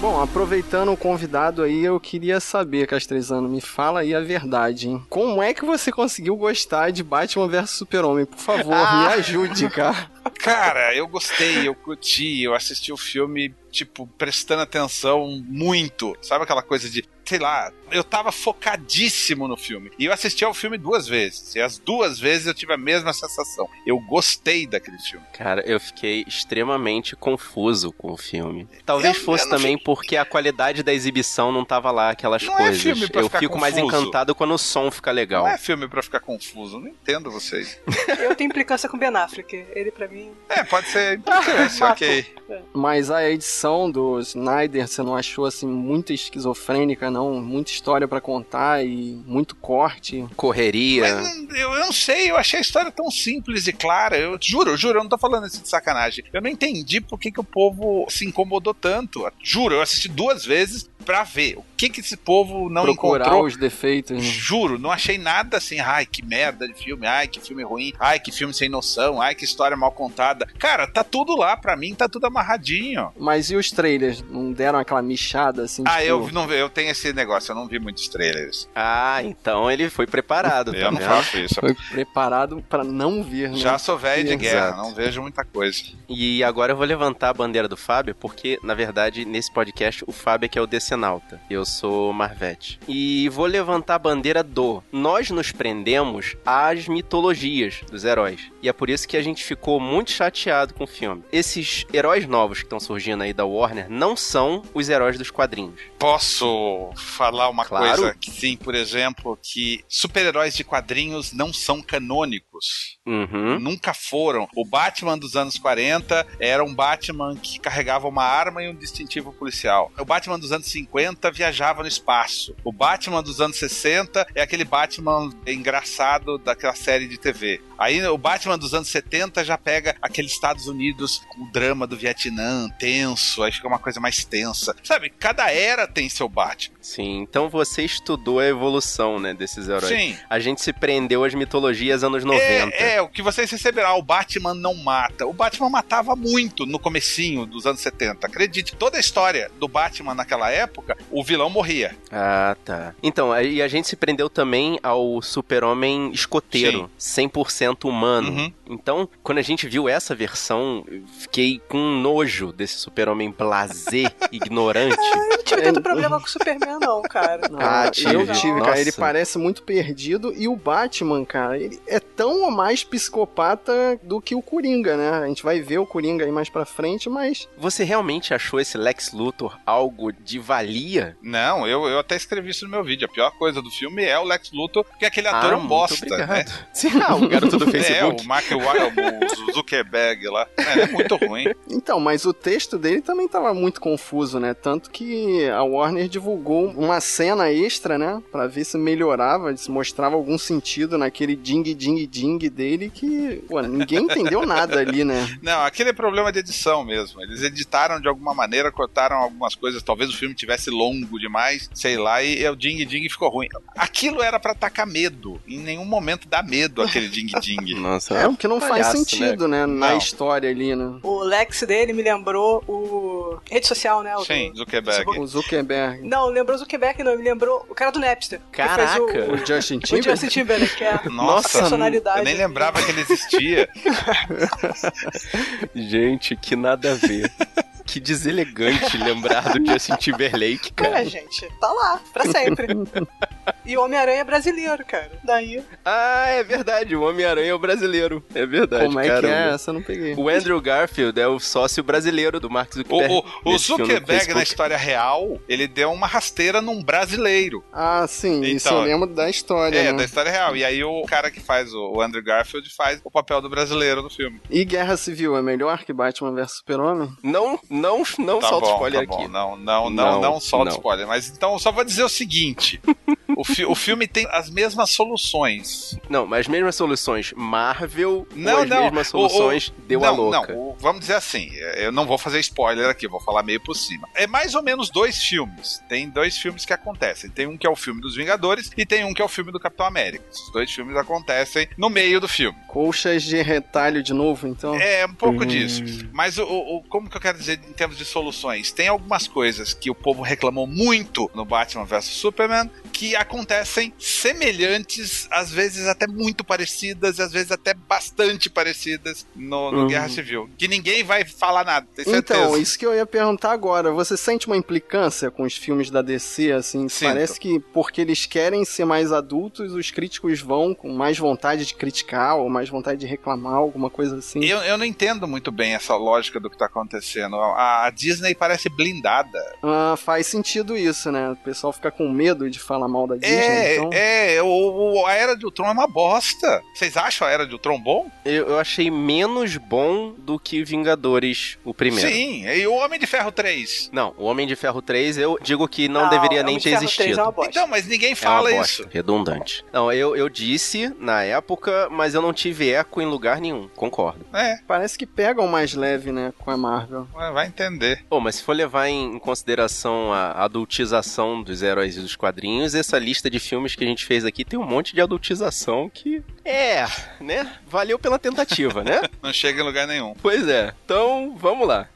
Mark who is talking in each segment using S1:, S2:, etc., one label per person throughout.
S1: Bom, aproveitando o convidado aí, eu queria saber, Castrezano, me fala aí a verdade, hein? Como é que você conseguiu gostar de Batman vs Super-Homem? Por favor,
S2: Ah.
S1: me ajude, cara.
S2: Cara, eu gostei, eu curti, eu assisti o filme, tipo, prestando atenção muito. Sabe aquela coisa de, sei lá, eu tava focadíssimo no filme. E eu assisti ao filme duas vezes. E as duas vezes eu tive a mesma sensação. Eu gostei daquele filme.
S3: Cara, eu fiquei extremamente confuso com o filme. Talvez
S2: Eu-
S3: fosse
S2: eu não
S3: também porque a qualidade da exibição não tava lá, aquelas
S2: Não é
S3: coisas.
S2: filme pra
S3: eu
S2: ficar
S3: fico mais
S2: confuso.
S3: encantado quando o som fica legal.
S2: Não é filme pra ficar confuso, não entendo vocês.
S4: Eu tenho implicância com o Ben Affleck. Ele, pra mim,
S2: É, pode ser implicância, ok.
S1: Mas a edição do Snyder, você não achou assim muito esquizofrênica, não? Muita história pra contar e muito corte.
S3: Correria.
S2: Mas não- é- eu, eu não sei, eu achei a história tão simples e clara. Eu juro, eu juro, eu não tô falando isso de sacanagem. Eu não entendi por que, que o povo se incomodou tanto. Juro, eu assisti duas vezes pra ver o que, que esse povo não
S1: procurar
S2: encontrou.
S1: os defeitos. né?
S2: Juro, não achei nada assim, ai, que merda de filme, ai, que filme ruim, ai, que filme sem noção, ai, que história mal contada. Cara, tá tudo lá, pra mim tá tudo amarradinho.
S1: Mas e os trailers? Não deram aquela michada assim?
S2: Ah,
S1: tipo,
S2: eu não eu tenho esse negócio, eu não vi muitos trailers.
S3: Ah, então ele foi preparado, tá
S2: Eu não
S3: vendo?
S2: faço isso.
S1: Foi preparado pra não vir, né?
S2: Já sou velho de
S1: Exato.
S2: guerra, não vejo muita coisa.
S3: E agora eu vou levantar a bandeira do Fábio, porque, na verdade, nesse podcast, o Fábio é que é o Decenalta. Eu sou o Marvete. E vou levantar a bandeira do. Nós nos prendemos às mitologias dos heróis. E é por isso que a gente ficou muito chateado com o filme. Esses heróis novos que estão surgindo aí da Warner não são os heróis dos quadrinhos.
S2: Posso falar uma
S3: Claro.
S2: coisa? Que, sim, por exemplo, que super-heróis de quadrinhos não são canônicos.
S3: Uhum.
S2: Nunca foram. O Batman dos anos 40 era um Batman que carregava uma arma e um distintivo policial. O Batman dos anos 50 viajava no espaço. O Batman dos anos 60 é aquele Batman engraçado daquela série de TV. Aí o Batman dos anos 70 já pega aquele Estados Unidos com o drama do Vietnã, tenso, aí fica uma coisa mais tensa. Sabe, cada era tem seu Batman.
S3: Sim, então você estudou a evolução, né, desses heróis.
S2: Sim.
S3: A gente se prendeu às mitologias anos 90.
S2: É, é, o que vocês receberão. O Batman não mata. O Batman matava muito no comecinho dos anos 70. Acredite, toda a história do Batman naquela época, o vilão morria.
S3: Ah, tá. Então, aí a gente se prendeu também ao super-homem escoteiro, 100% humano.
S2: Uhum.
S3: Então, quando a gente viu essa versão, eu fiquei com nojo desse super-homem blasé, ignorante.
S4: eu não tive tanto problema com o Superman, não, cara.
S1: Não,
S3: É, Ah,
S1: eu
S3: tive.
S1: tive, cara. Ele
S3: Nossa.
S1: parece muito perdido. E o Batman, cara, ele é tão ou mais psicopata do que o Coringa, né? A gente vai ver o Coringa aí mais pra frente, mas
S3: Você realmente achou esse Lex Luthor algo de valia?
S2: Não, eu, eu até escrevi isso no meu vídeo. A pior coisa do filme é o Lex Luthor, porque aquele ator
S3: Ah,
S2: é um
S3: muito
S2: bosta,
S3: obrigado.
S2: né?
S3: Sim, ah, o garoto do
S2: É,
S3: Facebook.
S2: o Mark Wahlberg, o Zuckerberg lá. É, ele é muito ruim.
S1: Então, mas o texto dele também tava muito confuso, né? Tanto que a Warner divulgou uma cena extra, né? Pra ver se melhorava, se mostrava algum sentido naquele ding-ding-ding dele que, pô, ninguém entendeu nada ali, né?
S2: Não, aquele é problema de edição mesmo. Eles editaram de alguma maneira, cortaram algumas coisas. Talvez o filme tivesse longo demais, sei lá, e é o Ding Ding ficou ruim. Aquilo era pra tacar medo. Em nenhum momento dá medo aquele Ding Ding.
S3: Nossa,
S1: É, o que não faz
S3: palhaço,
S1: sentido, né? Na
S2: Tá. Não.
S1: história ali, né?
S4: O Lex dele me lembrou o. Rede social, né? O do-
S2: Sim, Zuckerberg.
S1: O Zuckerberg.
S4: Não, lembrou o Zuckerberg, não. Me lembrou o cara do Napster. que fez
S3: Caraca!
S1: O
S4: O...
S1: Justin
S4: O
S1: Timberlake.
S4: Justin Timberlake, que é a
S2: Nossa,
S4: personalidade.
S2: eu nem lembrava que ele existia.
S3: Gente, que nada a ver. que deselegante lembrar do Justin Timberlake, cara.
S4: É, gente, tá lá, pra sempre. e o Homem-Aranha é brasileiro, cara. Daí.
S3: Ah, é verdade, o Homem-Aranha é o brasileiro. É verdade,
S1: Como é que
S3: caramba.
S1: é? Essa eu não peguei.
S3: O Andrew Garfield é o sócio brasileiro do Mark
S2: O,
S3: Zuckerberg.
S2: o- o
S3: Nesse filme do
S2: Zuckerberg, na
S3: Facebook.
S2: história real, ele deu uma rasteira num brasileiro.
S1: Ah, sim, isso
S2: Então,
S1: eu lembro da história,
S2: É,
S1: né?
S2: da história real. E aí o cara que faz o o Andrew Garfield faz o papel do brasileiro no filme.
S1: E Guerra Civil é melhor que Batman vs Super-Homem?
S3: Não, não, não
S2: tá
S3: solta
S2: bom,
S3: spoiler
S2: tá
S3: aqui.
S2: Bom. Não, não, não, não,
S3: Não,
S2: solta
S3: não.
S2: spoiler. Mas então eu só vou dizer o seguinte: o, fi- o filme tem as mesmas soluções.
S3: Não, mas mesmas soluções Marvel
S2: Não,
S3: ou as
S2: não,
S3: mesmas
S2: o- o-
S3: soluções deu a
S2: não,
S3: louca.
S2: não. o- vamos dizer assim: é, eu não vou fazer spoiler aqui, vou falar meio por cima. É mais ou menos dois filmes. Tem dois filmes que acontecem. Tem um que é o filme dos Vingadores e tem um que é o filme do Capitão América. Esses dois filmes acontecem no meio do filme.
S1: Colchas de retalho de novo, então.
S2: É, um
S3: Hum.
S2: pouco disso. Mas o, o- como que eu quero dizer em termos de soluções? Tem algumas coisas que o povo reclamou muito no Batman vs Superman que acontecem semelhantes, às vezes até muito parecidas, às vezes até bastante parecidas no, no
S3: Uhum.
S2: Guerra Civil. Que ninguém vai falar nada, tem certeza.
S1: Então, isso que eu ia perguntar agora. Você sente uma implicância com os filmes da DC, assim?
S2: Sinto.
S1: Parece que porque eles querem ser mais adultos, os críticos vão com mais vontade de criticar ou mais vontade de reclamar, alguma coisa assim.
S2: Eu, eu não entendo muito bem essa lógica do que tá acontecendo. A, a Disney parece blindada.
S1: Ah, faz sentido isso, né? O pessoal fica com medo de falar mal da Disney,
S2: é,
S1: então...
S2: é, o, o- a Era de Ultron é uma bosta. Vocês acham a Era de Ultron bom?
S3: Eu, eu achei menos bom do que Vingadores, o primeiro.
S2: Sim, e o Homem de Ferro 3.
S3: Não, o Homem de Ferro 3, eu digo que não, deveria nem
S4: Ah, Homem de
S3: ter
S4: Ferro três
S3: existido.
S4: É uma bosta.
S2: Então, mas ninguém
S3: É uma
S2: fala
S3: bosta,
S2: isso.
S3: Redundante. Não, eu, eu disse na época, mas eu não tive eco em lugar nenhum. Concordo.
S2: É,
S1: Parece que pegam mais leve, né, com a Marvel.
S2: vai entender.
S3: Pô, mas se for levar em em consideração a adultização dos heróis e dos quadrinhos, essa lista de filmes que a gente fez aqui tem um monte de adultização que. É, né? Valeu pela tentativa, né?
S2: Não chega em lugar nenhum.
S3: Pois é. Então, vamos lá.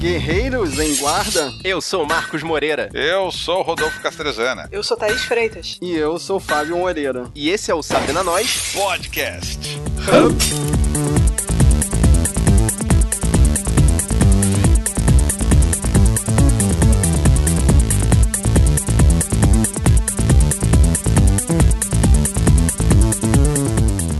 S1: Guerreiros em Guarda
S3: Eu sou o Marcos Moreira.
S2: Eu sou o Rodolfo Castrezana.
S4: Eu sou Thaís Freitas.
S1: e eu sou Fábio Moreira.
S3: E esse é o Sabrina Nós.
S2: Podcast.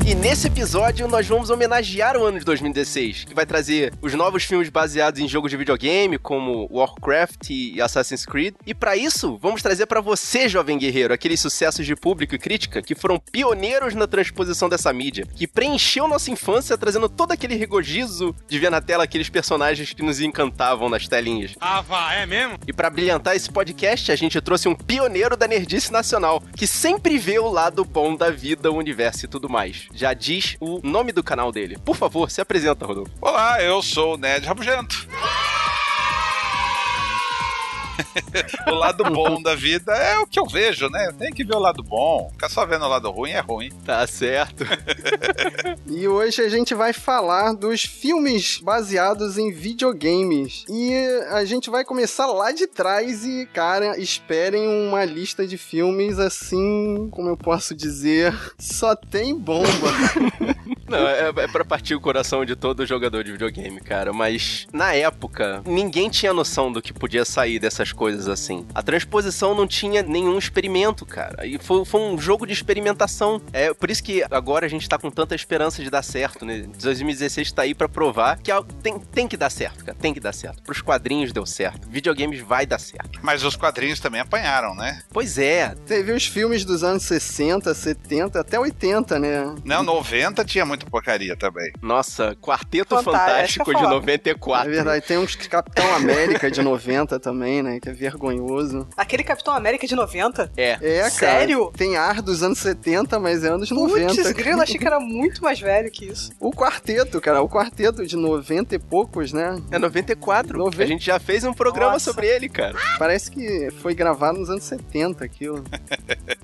S3: E nesse episódio nós vamos homenagear o ano de 2016, que vai trazer os novos filmes baseados em jogos de videogame, como Warcraft e Assassin's Creed. E pra isso, vamos trazer pra você, jovem guerreiro, aqueles sucessos de público e crítica que foram pioneiros na transposição dessa mídia, que preencheu nossa infância trazendo todo aquele regozijo de ver na tela aqueles personagens que nos encantavam nas telinhas.
S2: Ah, vá, é mesmo?
S3: E pra brilhantar esse podcast, a gente trouxe um pioneiro da nerdice nacional, que sempre vê o lado bom da vida, o universo e tudo mais. Já diz o nome do canal dele. Por favor, se apresenta, Rodolfo.
S2: Olá, eu sou o Ned Rabugento. o lado bom da vida é o que eu vejo, né? Tem que ver o lado bom. Ficar só vendo o lado ruim é ruim.
S3: Tá certo.
S1: E hoje a gente vai falar dos filmes baseados em videogames. E a gente vai começar lá de trás e, cara, esperem uma lista de filmes assim, como eu posso dizer, só tem bomba.
S3: Não, é, é pra partir o coração de todo jogador de videogame, cara. Mas, na época, ninguém tinha noção do que podia sair dessas coisas assim. A transposição não tinha nenhum experimento, cara. E foi, foi um jogo de experimentação. É por isso que agora a gente tá com tanta esperança de dar certo, né? 2016 tá aí pra provar que algo- tem, tem que dar certo, cara. Tem que dar certo. Pros quadrinhos deu certo. Videogames vai dar certo.
S2: Mas os quadrinhos também apanharam, né?
S3: Pois é.
S1: Teve os filmes dos anos 60, 70, até 80, né?
S3: Hum.
S2: Não, 90 tinha muita porcaria também.
S3: Nossa, Quarteto
S4: Fantástico,
S3: Fantástico de
S4: eu ia falar.
S3: 94.
S1: É verdade, tem uns Capitão América de 90 também, né? Que é vergonhoso.
S4: Aquele Capitão América de 90?
S3: É.
S1: É, cara.
S4: Sério?
S1: Tem ar dos anos 70, mas é anos 90.
S4: Putz, grilo, achei que era muito mais velho que isso.
S1: O quarteto, cara, o quarteto de 90 e poucos, né?
S3: É 94.
S1: Noven-
S3: A gente já fez um programa
S4: Nossa.
S3: sobre ele, cara.
S1: Parece que foi gravado nos anos 70 aquilo.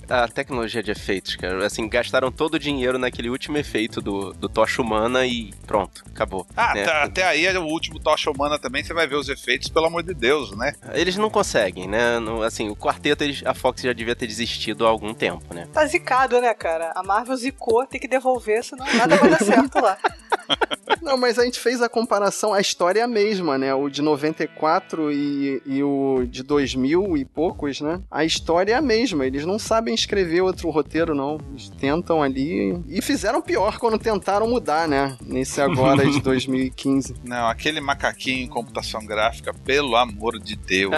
S3: A tecnologia de efeitos, cara. Assim, gastaram todo o dinheiro naquele último efeito do, do Tocha Humana e pronto, acabou.
S2: Ah,
S3: né?
S2: tá- até aí o último Tocha Humana também, você vai ver os efeitos, pelo amor de Deus, né?
S3: Eles não conseguem, né? Não- assim, o quarteto, eles- a Fox já devia ter desistido há algum tempo, né?
S4: Tá zicado, né, cara? A Marvel zicou, tem que devolver, senão nada vai dar certo lá.
S1: Não, mas a gente fez a comparação, a história é a mesma, né? O de 94 e, e o de 2000 e poucos, né? A história é a mesma, eles não sabem escrever outro roteiro, não. Eles tentam ali e fizeram pior quando tentaram mudar, né? Nesse agora de 2015.
S2: Não, aquele macaquinho em computação gráfica, pelo amor de Deus.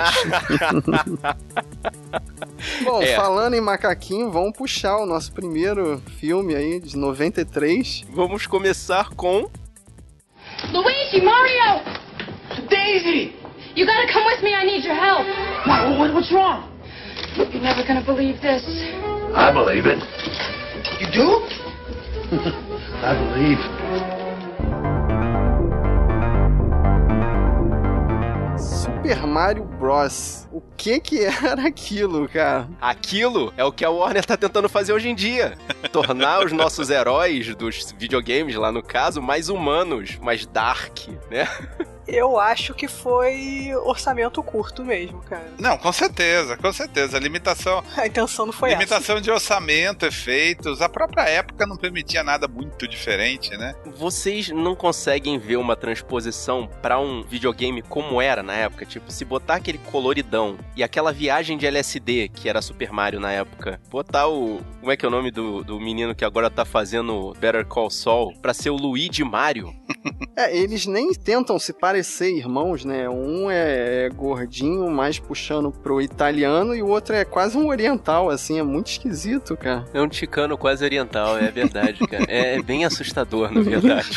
S1: Bom,
S3: É.
S1: falando em macaquinho, vamos puxar o nosso primeiro filme aí, de 93.
S3: Vamos começar com.
S5: Luigi, Mario! Daisy! You gotta come with me, I need your help. What, what's wrong? You're never gonna believe this.
S6: I believe it. You do? I believe.
S1: Super Mario Bros. O que que era aquilo, cara?
S3: Aquilo é o que a Warner tá tentando fazer hoje em dia. Tornar os nossos heróis dos videogames, lá no caso, mais humanos, mais dark, né?
S4: Eu acho que foi orçamento curto mesmo, cara.
S2: Não, com certeza, com certeza. A limitação,
S4: A intenção não foi assim.
S2: limitação de orçamento, efeitos, a própria época não permitia nada muito diferente, né?
S3: Vocês não conseguem ver uma transposição pra um videogame como era na época? Tipo, se botar aquele coloridão e aquela viagem de LSD que era Super Mario na época, botar o. Como é que é o nome do, do menino que agora tá fazendo Better Call Saul pra ser o Luigi Mario?
S1: É, eles nem tentam se parecer irmãos, né? Um é, é gordinho, mais puxando pro italiano, e o outro é quase um oriental, assim, é muito esquisito, cara.
S3: É um ticano quase oriental, é verdade, cara. É, é bem assustador, na verdade.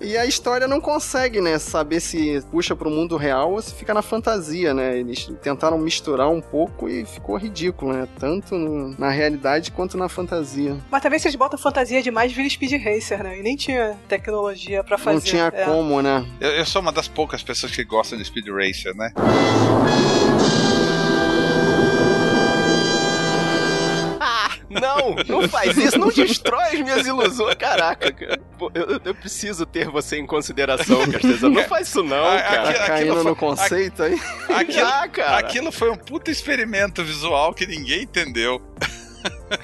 S1: E a história não consegue, né, saber se puxa pro mundo real ou se fica na fantasia, né? Eles tentaram misturar um pouco e ficou ridículo, né? Tanto no- na realidade quanto na fantasia.
S4: Mas também vocês botam fantasia demais vira Speed Racer, né? E nem tinha tecnologia pra fazer.
S1: Não tinha
S4: É.
S1: como, né?
S2: Eu, eu sou uma das poucas pessoas que gostam de Speed Racer, né?
S3: Não, não faz isso, não destrói as minhas ilusões. Caraca, cara. Pô, Eu, eu preciso ter você em consideração, Castezão. Não faz isso não,
S2: Ah,
S3: cara.
S2: Aqui-
S1: Tá
S2: aquilo
S1: caindo
S2: foi-
S1: no conceito aí.
S2: Aquilo,
S3: Ah, cara.
S2: aquilo foi um puta experimento visual que ninguém entendeu.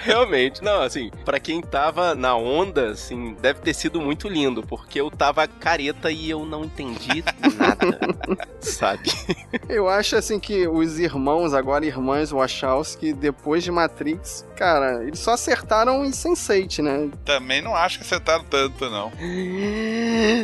S3: Realmente, não, assim, pra quem tava na onda, assim, deve ter sido muito lindo, porque eu tava careta e eu não entendi nada, sabe?
S1: Eu acho assim que os irmãos, agora irmãs Wachowski, depois de Matrix, cara, eles só acertaram em Sense8, né?
S2: Também não acho que acertaram tanto, não.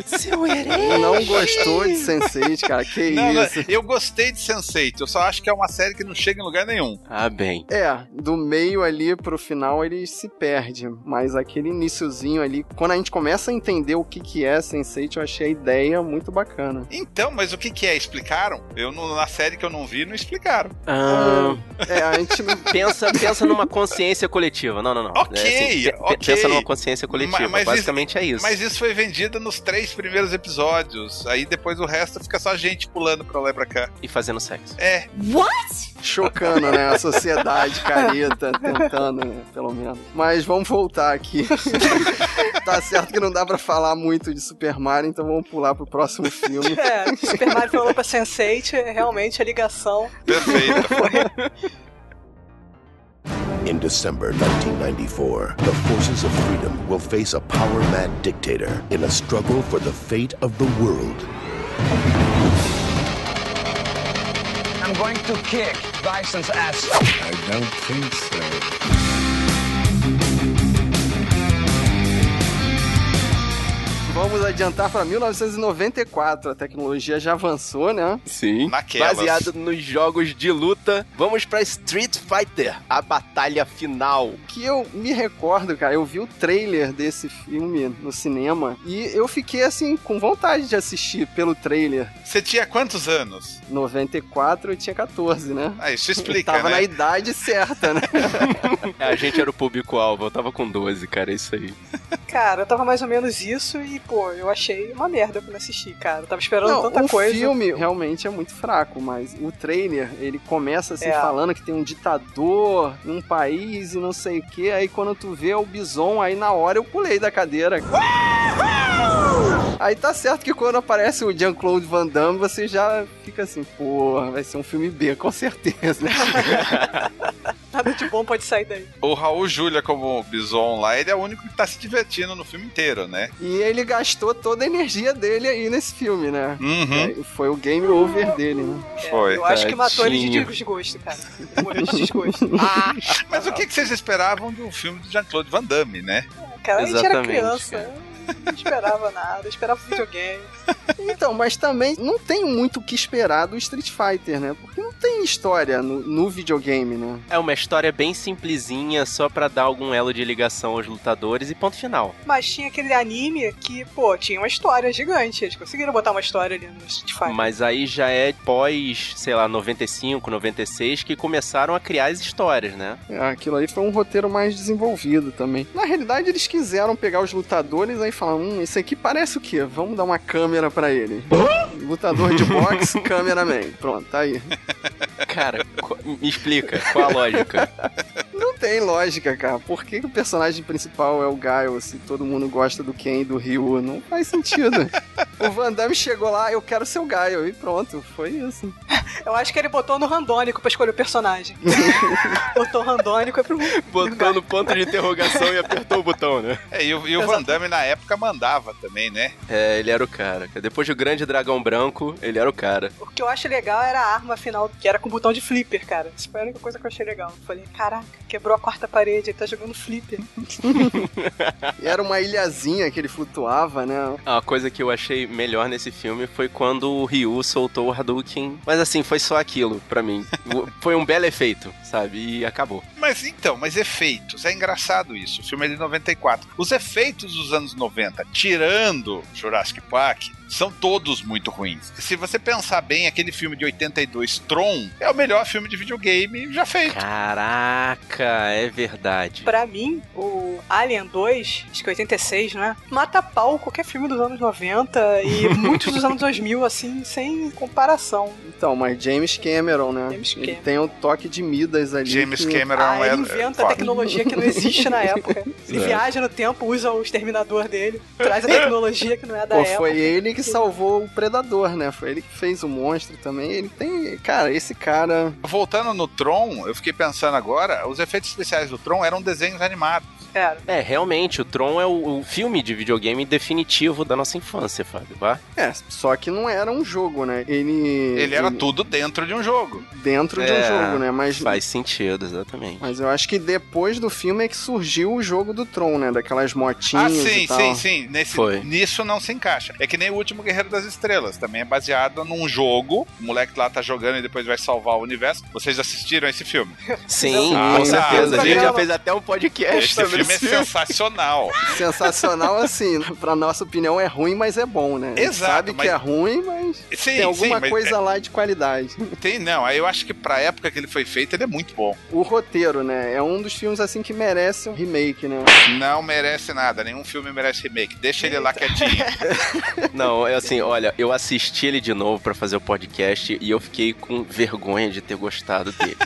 S3: Seu herê!
S1: Não gostou de Sense8, cara, que
S2: Não, não,
S1: isso.
S2: eu gostei de Sense8, eu só acho que é uma série que não chega em lugar nenhum.
S3: Ah, bem.
S1: É, do meio ali pro final ele se perde, mas aquele iniciozinho ali, quando a gente começa a entender o que que é Sense8, eu achei a ideia muito bacana.
S2: Então, mas o que que é? Explicaram? Eu não- na série que eu não vi, não explicaram.
S3: Ah,
S1: É, a gente não-
S3: pensa, pensa numa consciência coletiva. Não, não, não.
S2: Ok,
S3: pe- pe-
S2: ok.
S3: Pensa numa consciência coletiva.
S2: Ma- mas
S3: Basicamente é isso.
S2: Mas isso foi vendido nos três primeiros episódios. Aí depois o resto fica só gente pulando pra lá e pra cá.
S3: E fazendo sexo.
S2: É,
S1: chocando, né? A sociedade careta, tentando, né? Pelo menos. Mas vamos voltar aqui. tá certo que não dá pra falar muito de Super Mario, então vamos pular pro próximo filme.
S4: É, Super Mario falou pra Sense8, é realmente a ligação.
S2: perfeito.
S6: In December 1994, the forces of freedom will face a power mad dictator in a struggle for the fate of the world.
S7: I'm going to kick Bison's ass.
S8: I don't think so.
S1: Vamos adiantar pra 1994. A tecnologia já avançou, né?
S3: Sim.
S2: Naquelas.
S3: Baseado nos jogos de luta, vamos pra Street Fighter, a batalha final.
S1: Que eu me recordo, cara, eu vi o trailer desse filme no cinema e eu fiquei assim com vontade de assistir pelo trailer.
S2: Você tinha quantos anos?
S1: 94 eu tinha 14, né?
S2: Ah, isso explica,
S1: Tava
S2: né?
S1: na idade certa, né?
S3: É, A gente era o público-alvo, eu tava com 12, cara, é isso aí.
S4: Cara, eu tava mais ou menos isso e, pô, eu achei uma merda quando assisti, cara. Eu tava esperando tanta
S1: o
S4: coisa.
S1: filme realmente é muito fraco, mas o trailer, ele começa assim,
S4: É.
S1: falando que tem um ditador num país e não sei o que, aí quando tu vê é o Bison, aí na hora eu pulei da cadeira. Aí tá certo que quando aparece o Jean-Claude Van Damme, você já fica assim, porra, vai ser um filme B, com certeza, né?
S4: Nada de bom pode sair daí.
S2: O Raul Júlia, como Bison lá, ele é o único que tá se divertindo no filme inteiro, né?
S1: E ele gastou toda a energia dele aí nesse filme, né?
S2: Uhum,
S1: É, Foi o game over dele, né?
S2: foi.
S4: é, Eu acho que matou ele de
S3: tadinho.
S4: desgosto, cara. Ele morreu de desgosto.
S2: Mas o que, que vocês esperavam de um filme do Jean-Claude Van Damme, né?
S4: Cara, a gente era
S3: Exatamente,
S4: criança.
S3: cara.
S4: eu Não esperava nada, eu esperava um videogame.
S1: Então, mas também não tem muito o que esperar do Street Fighter, né? Porque não tem história no, no videogame, né?
S3: É uma história bem simplesinha, só pra dar algum elo de ligação aos lutadores e ponto final.
S4: Mas tinha aquele anime que, pô, tinha uma história gigante. Eles conseguiram botar uma história ali no Street Fighter.
S3: Mas aí já é pós, sei lá, 95, 96, que começaram a criar as histórias, né?
S1: É, Aquilo aí foi um roteiro mais desenvolvido também. Na realidade, eles quiseram pegar os lutadores aí e falar: hum, esse aqui parece o quê? Vamos dar uma câmera pra ele. Lutador de boxe, cameraman. Pronto, tá aí.
S3: Cara, co- me explica, qual a lógica?
S1: Não tem lógica, cara. Por que que o personagem principal é o Gaio se todo mundo gosta do Ken e do Ryu? Não faz sentido. o Van Damme chegou lá, eu quero ser o Gaio. E pronto, foi isso.
S4: Eu acho que ele botou no randônico pra escolher o personagem. botou randônico e pro.
S3: Botando ponto de interrogação e apertou o botão, né?
S2: É, e o, e o Van Damme na época mandava também, né?
S3: É, ele era o cara. cara. Depois do grande dragão branco, ele era o cara.
S4: O que eu acho legal era a arma final, que era com botão de flipper, cara. Isso foi a única coisa que eu achei legal. Eu falei, caraca, quebrou a quarta parede, ele tá jogando flipper.
S1: E era uma ilhazinha que ele flutuava, né?
S3: A coisa que eu achei melhor nesse filme foi quando o Ryu soltou o Hadouken. Mas assim, foi só aquilo pra mim. O- Foi um belo efeito, sabe? E acabou.
S2: Mas então, mas efeitos, é engraçado isso. O filme é de 94. Os efeitos dos anos 90, tirando Jurassic Park, são todos muito ruins. Se você pensar bem, aquele filme de 82, Tron, é o melhor filme de videogame já feito.
S3: Caraca, é verdade.
S4: Pra mim, o Alien 2, acho que 86, né? Mata pau qualquer filme dos anos 90 e muitos dos anos 2000, assim, sem comparação.
S1: Então, mas James Cameron, né?
S4: James
S1: Ele
S4: Cameron.
S1: tem um toque de Midas ali.
S2: James
S1: que-
S2: Cameron
S4: Ah,
S2: é.
S4: ele inventa
S2: foda.
S4: tecnologia que não existe na época.
S3: É.
S4: Ele viaja no tempo, usa o exterminador dele, traz a tecnologia que não é da
S1: Pô,
S4: época.
S1: foi ele que salvou o Predador, né? Foi ele que fez o monstro também. Ele tem. Cara, esse cara.
S2: Voltando no Tron, eu fiquei pensando agora, os efeitos especiais do Tron eram desenhos animados.
S4: Era.
S3: É, realmente, o Tron é o, o filme de videogame definitivo da nossa infância, Fábio. vá.
S1: É, só que não era um jogo, né? Ele.
S2: Ele era tudo dentro de um jogo.
S1: Dentro de um
S3: É,
S1: jogo, né? Mas.
S3: Faz sentido, exatamente.
S1: Mas eu acho que depois do filme é que surgiu o jogo do Tron, né? Daquelas motinhas
S2: Ah, sim,
S1: e tal.
S2: sim, sim. Nesse,
S3: Foi.
S2: nisso não se encaixa. É que nem o último Guerreiro das Estrelas. Também é baseado num jogo. O moleque lá tá jogando e depois vai salvar o universo. Vocês assistiram esse filme?
S3: Sim,
S2: Ah,
S3: com
S2: tá.
S3: certeza. A gente já
S4: Programa.
S3: fez até um podcast
S2: Esse
S3: sobre
S2: filme
S3: isso.
S2: é sensacional.
S1: Sensacional, assim. Pra nossa opinião, é ruim, mas é bom, né? A gente
S2: Exato,
S1: Sabe
S2: mas-
S1: que é ruim, mas
S2: Sim,
S1: tem alguma
S2: sim, mas
S1: coisa lá de qualidade.
S2: é- tem, não. Aí eu acho que pra época que ele foi feito, ele é muito bom.
S1: O roteiro, né? É um dos filmes, assim, que merece um remake, né?
S2: Não merece nada. Nenhum filme merece remake. Deixa ele lá quietinho.
S3: Não, é assim, olha, eu assisti ele de novo pra fazer o podcast e eu fiquei com vergonha de ter gostado dele.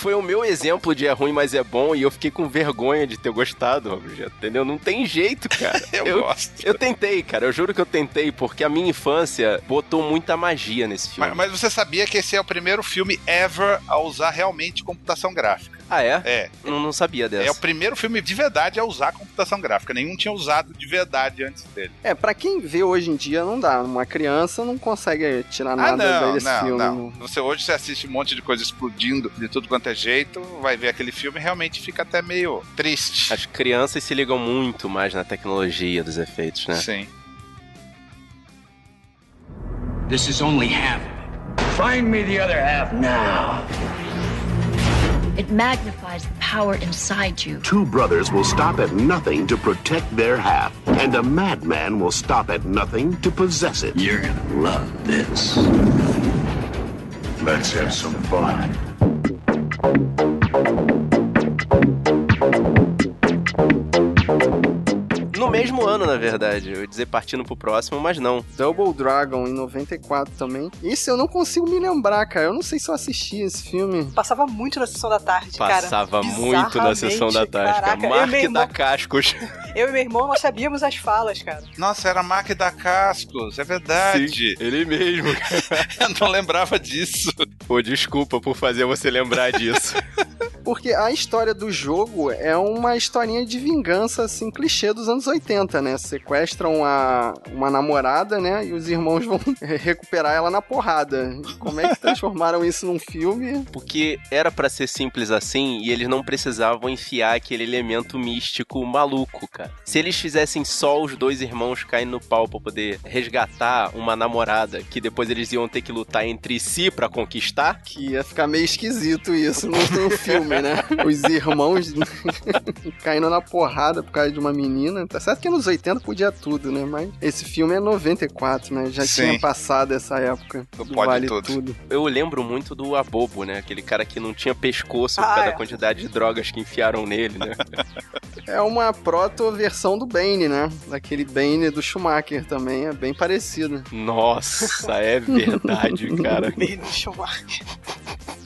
S3: Foi o meu exemplo de é ruim, mas é bom, e eu fiquei com vergonha de ter gostado, Roberto, entendeu? Não tem jeito, cara.
S2: Eu, gosto.
S3: eu tentei, cara, eu juro que eu tentei, porque a minha infância botou muita magia nesse filme.
S2: Mas, mas você sabia que esse é o primeiro filme ever a usar realmente computação gráfica?
S3: Ah, é?
S2: É.
S3: Não, não sabia dessa.
S2: É o primeiro filme de verdade a usar computação gráfica. Nenhum tinha usado de verdade antes dele.
S1: É, pra quem vê hoje em dia, não dá. Uma criança não consegue tirar
S2: Ah,
S1: nada
S2: não,
S1: desse
S2: não,
S1: filme.
S2: não. Você hoje você assiste um monte de coisa explodindo de tudo quanto é jeito, vai ver aquele filme e realmente fica até meio triste.
S3: As crianças se ligam muito mais na tecnologia dos efeitos,
S1: é.
S3: né?
S2: Sim.
S7: This is only half of it. Find me the other half now.
S9: It magnifies the power inside you.
S6: Two brothers will stop at nothing to protect their half, and a madman will stop at nothing to possess it.
S7: You're gonna love this.
S6: Let's have some fun.
S3: No mesmo ano, na verdade. Eu ia dizer partindo pro próximo, mas não.
S1: Double Dragon, em 94 também. Isso eu não consigo me lembrar, cara. Eu não sei se eu assisti esse filme.
S4: Passava muito na sessão da tarde, cara.
S3: Passava muito na sessão da tarde, cara.
S4: Caraca, eu, e meu
S3: Mark da
S4: irmão,
S3: Cascos.
S4: eu e meu irmão, nós sabíamos as falas, cara.
S2: Nossa, era Mac da Cascos, é verdade.
S3: ele mesmo.
S2: Eu não lembrava disso.
S3: Pô, desculpa por fazer você lembrar disso.
S1: Porque a história do jogo é uma historinha de vingança, assim, clichê dos anos 80, né? Sequestram a, uma namorada, né? E os irmãos vão recuperar ela na porrada. Como é que transformaram isso num filme?
S3: Porque era pra ser simples assim e eles não precisavam enfiar aquele elemento místico maluco, cara. Se eles fizessem só os dois irmãos caindo no pau pra poder resgatar uma namorada que depois eles iam ter que lutar entre si pra conquistar,
S1: Que ia ficar meio esquisito isso num num filme, filme, né? Os irmãos caindo na porrada por causa de uma menina. Tá certo que nos 80 podia tudo, né? Mas esse filme é 94, né? Já
S2: Sim.
S1: tinha passado essa época.
S2: Do
S1: do
S2: Pode
S1: vale
S2: Tudo.
S3: Eu lembro muito do Abobo, né? Aquele cara que não tinha pescoço por
S4: Ah,
S3: causa
S4: é.
S3: da quantidade de drogas que enfiaram nele, né?
S1: É uma proto-versão do Bane, né? Daquele Bane do Schumacher também. É bem parecido.
S3: Nossa, é verdade, cara.
S4: Deixa eu lá.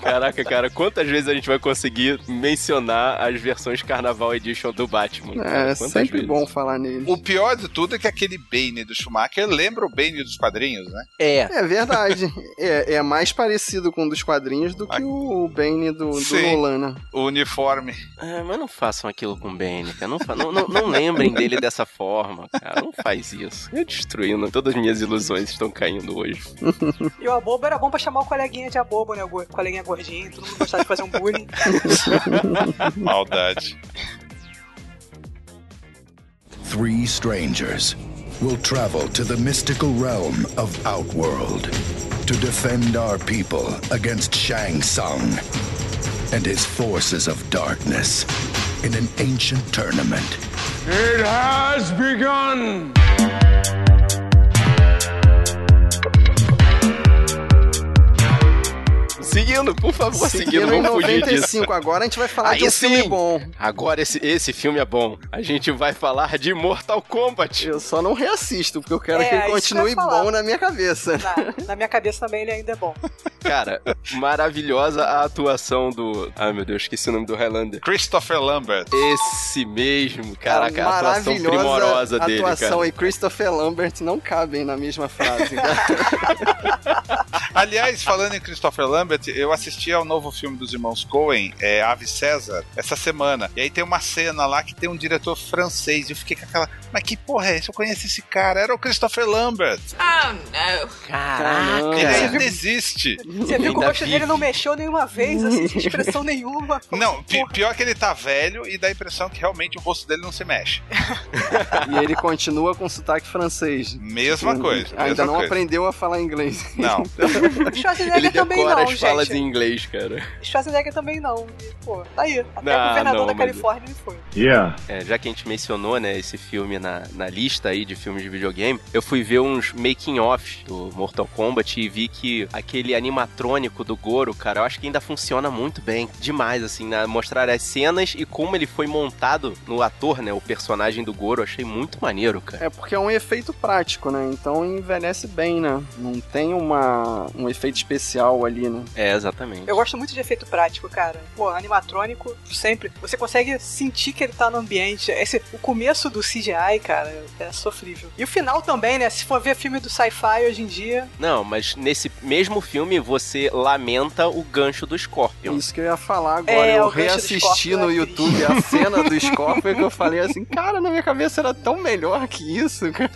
S3: Caraca, cara, quantas vezes a gente vai conseguir mencionar as versões Carnaval Edition do Batman? cara?
S1: É,
S3: Quantas
S1: sempre
S3: vezes?
S1: bom falar nele.
S2: O pior de tudo é que aquele Bane do Schumacher lembra o Bane dos quadrinhos, né?
S3: É.
S1: É verdade. é, é mais parecido com um dos quadrinhos do que o Bane do, do
S2: Sim.
S1: Nolan, né?
S2: O uniforme.
S3: Ah, mas não façam aquilo com o Bane, cara. Não, fa- não, não, não lembrem dele dessa forma, cara. Não faz isso. Eu destruindo. Todas as minhas ilusões estão caindo hoje.
S4: E o abobo era bom pra chamar o coleguinha de abobo, né? O go- coleguinha gordinho, todo mundo gostava de fazer um bullying.
S2: Maldade.
S6: Three strangers will travel to the mystical realm of Outworld to defend our people against Shang Tsung and his forces of darkness in an ancient tournament.
S7: It has begun!
S3: Seguindo, por favor, seguindo.
S1: Seguiram em
S3: Vamos fugir disso.
S1: 95. Agora a gente vai falar
S3: Aí
S1: de um
S3: sim.
S1: filme bom.
S3: Agora esse, esse filme é bom. A gente vai falar de Mortal Kombat.
S1: Eu só não reassisto, porque eu quero
S4: É,
S1: que
S4: isso
S1: ele
S4: que eu ia
S1: continue
S4: falar.
S1: bom na minha cabeça.
S4: Na, na minha cabeça também ele ainda é bom.
S3: Cara, maravilhosa a atuação do. Ai meu Deus, esqueci o nome do Highlander.
S2: Christopher Lambert.
S3: Esse mesmo, caraca, a atuação
S1: É maravilhosa
S3: primorosa dele,
S1: atuação
S3: cara.
S1: e Christopher Lambert não cabem na mesma frase. cara.
S2: Aliás, falando em Christopher Lambert, eu assisti ao novo filme dos irmãos Coen, é, Ave César, essa semana. E aí tem uma cena lá que tem um diretor francês. E eu fiquei com aquela. Mas que porra é essa? Eu conheço esse cara. Era o Christopher Lambert.
S1: Ah,
S3: Caraca.
S2: Ele
S1: é.
S2: ainda existe.
S4: Você viu que o
S3: Ainda
S4: rosto
S3: vive.
S4: dele não mexeu nenhuma vez, assim, sem expressão nenhuma.
S2: Não, pi-
S3: tipo,
S2: pior que ele tá velho e dá a impressão que realmente o rosto dele não se mexe.
S1: e ele continua com sotaque francês.
S2: Mesma coisa.
S1: Ainda
S2: mesma
S1: não
S2: coisa.
S1: aprendeu a falar inglês.
S2: Não.
S3: Ele
S4: Schwarzenegger também
S3: decora
S4: não,
S3: as falas
S4: gente.
S3: em inglês, cara.
S4: Schwarzenegger também não. E, pô, tá aí. Até
S3: Não,
S4: o governador
S3: não,
S4: da
S3: mas-
S4: Califórnia ele foi.
S8: Yeah.
S3: É, já que a gente mencionou, né, esse filme na, na lista aí de filmes de videogame, eu fui ver uns making-offs do Mortal Kombat e vi que aquele animatrônico do Goro, cara, eu acho que ainda funciona muito bem. Demais, assim, na, mostrar as cenas e como ele foi montado no ator, né, o personagem do Goro, eu achei muito maneiro, cara.
S1: É porque é um efeito prático, né? Então envelhece bem, né? Não tem uma, um efeito especial ali, né?
S3: É, exatamente.
S4: Eu gosto muito de efeito prático, cara. Pô, animatrônico, sempre. Você consegue sentir que ele tá no ambiente. Esse, o começo do CGI, cara, é sofrível. E o final também, né? Se for ver filme do sci-fi hoje em dia,
S3: Não, mas nesse mesmo filme você lamenta o gancho do Scorpion.
S1: É Isso que eu ia falar agora.
S4: É,
S1: eu
S4: o gancho do
S1: reassisti
S4: Scorpion
S1: no
S4: é
S1: YouTube a cena do Scorpion que eu falei assim, cara, na minha cabeça era tão melhor que isso, cara.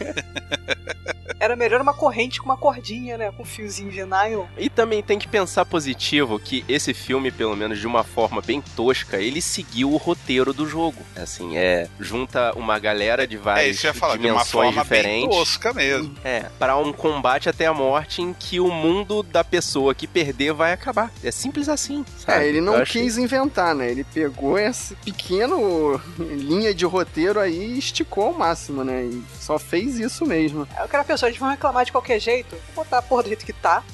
S4: era melhor uma corrente com uma cordinha, né? Com um fiozinho de nylon.
S3: E também tem que pensar positivo que esse filme, pelo menos de uma forma bem tosca, ele seguiu o roteiro do jogo. Assim, é junta uma galera de
S2: É
S3: várias
S2: isso que eu ia falar, de uma
S3: dimensões
S2: forma bem
S3: diferentes.
S2: tosca mesmo.
S3: É, para um combate até a morte em que o mundo da pessoa que perder vai acabar. É simples assim. sabe?
S1: É, ele não
S3: Eu acho
S1: quis inventar, né? Ele pegou essa pequeno linha de roteiro aí e esticou ao máximo, né? E só fez isso mesmo.
S4: Aí o cara pensou, É eles vão reclamar de qualquer jeito. Vou botar a porra do jeito que tá.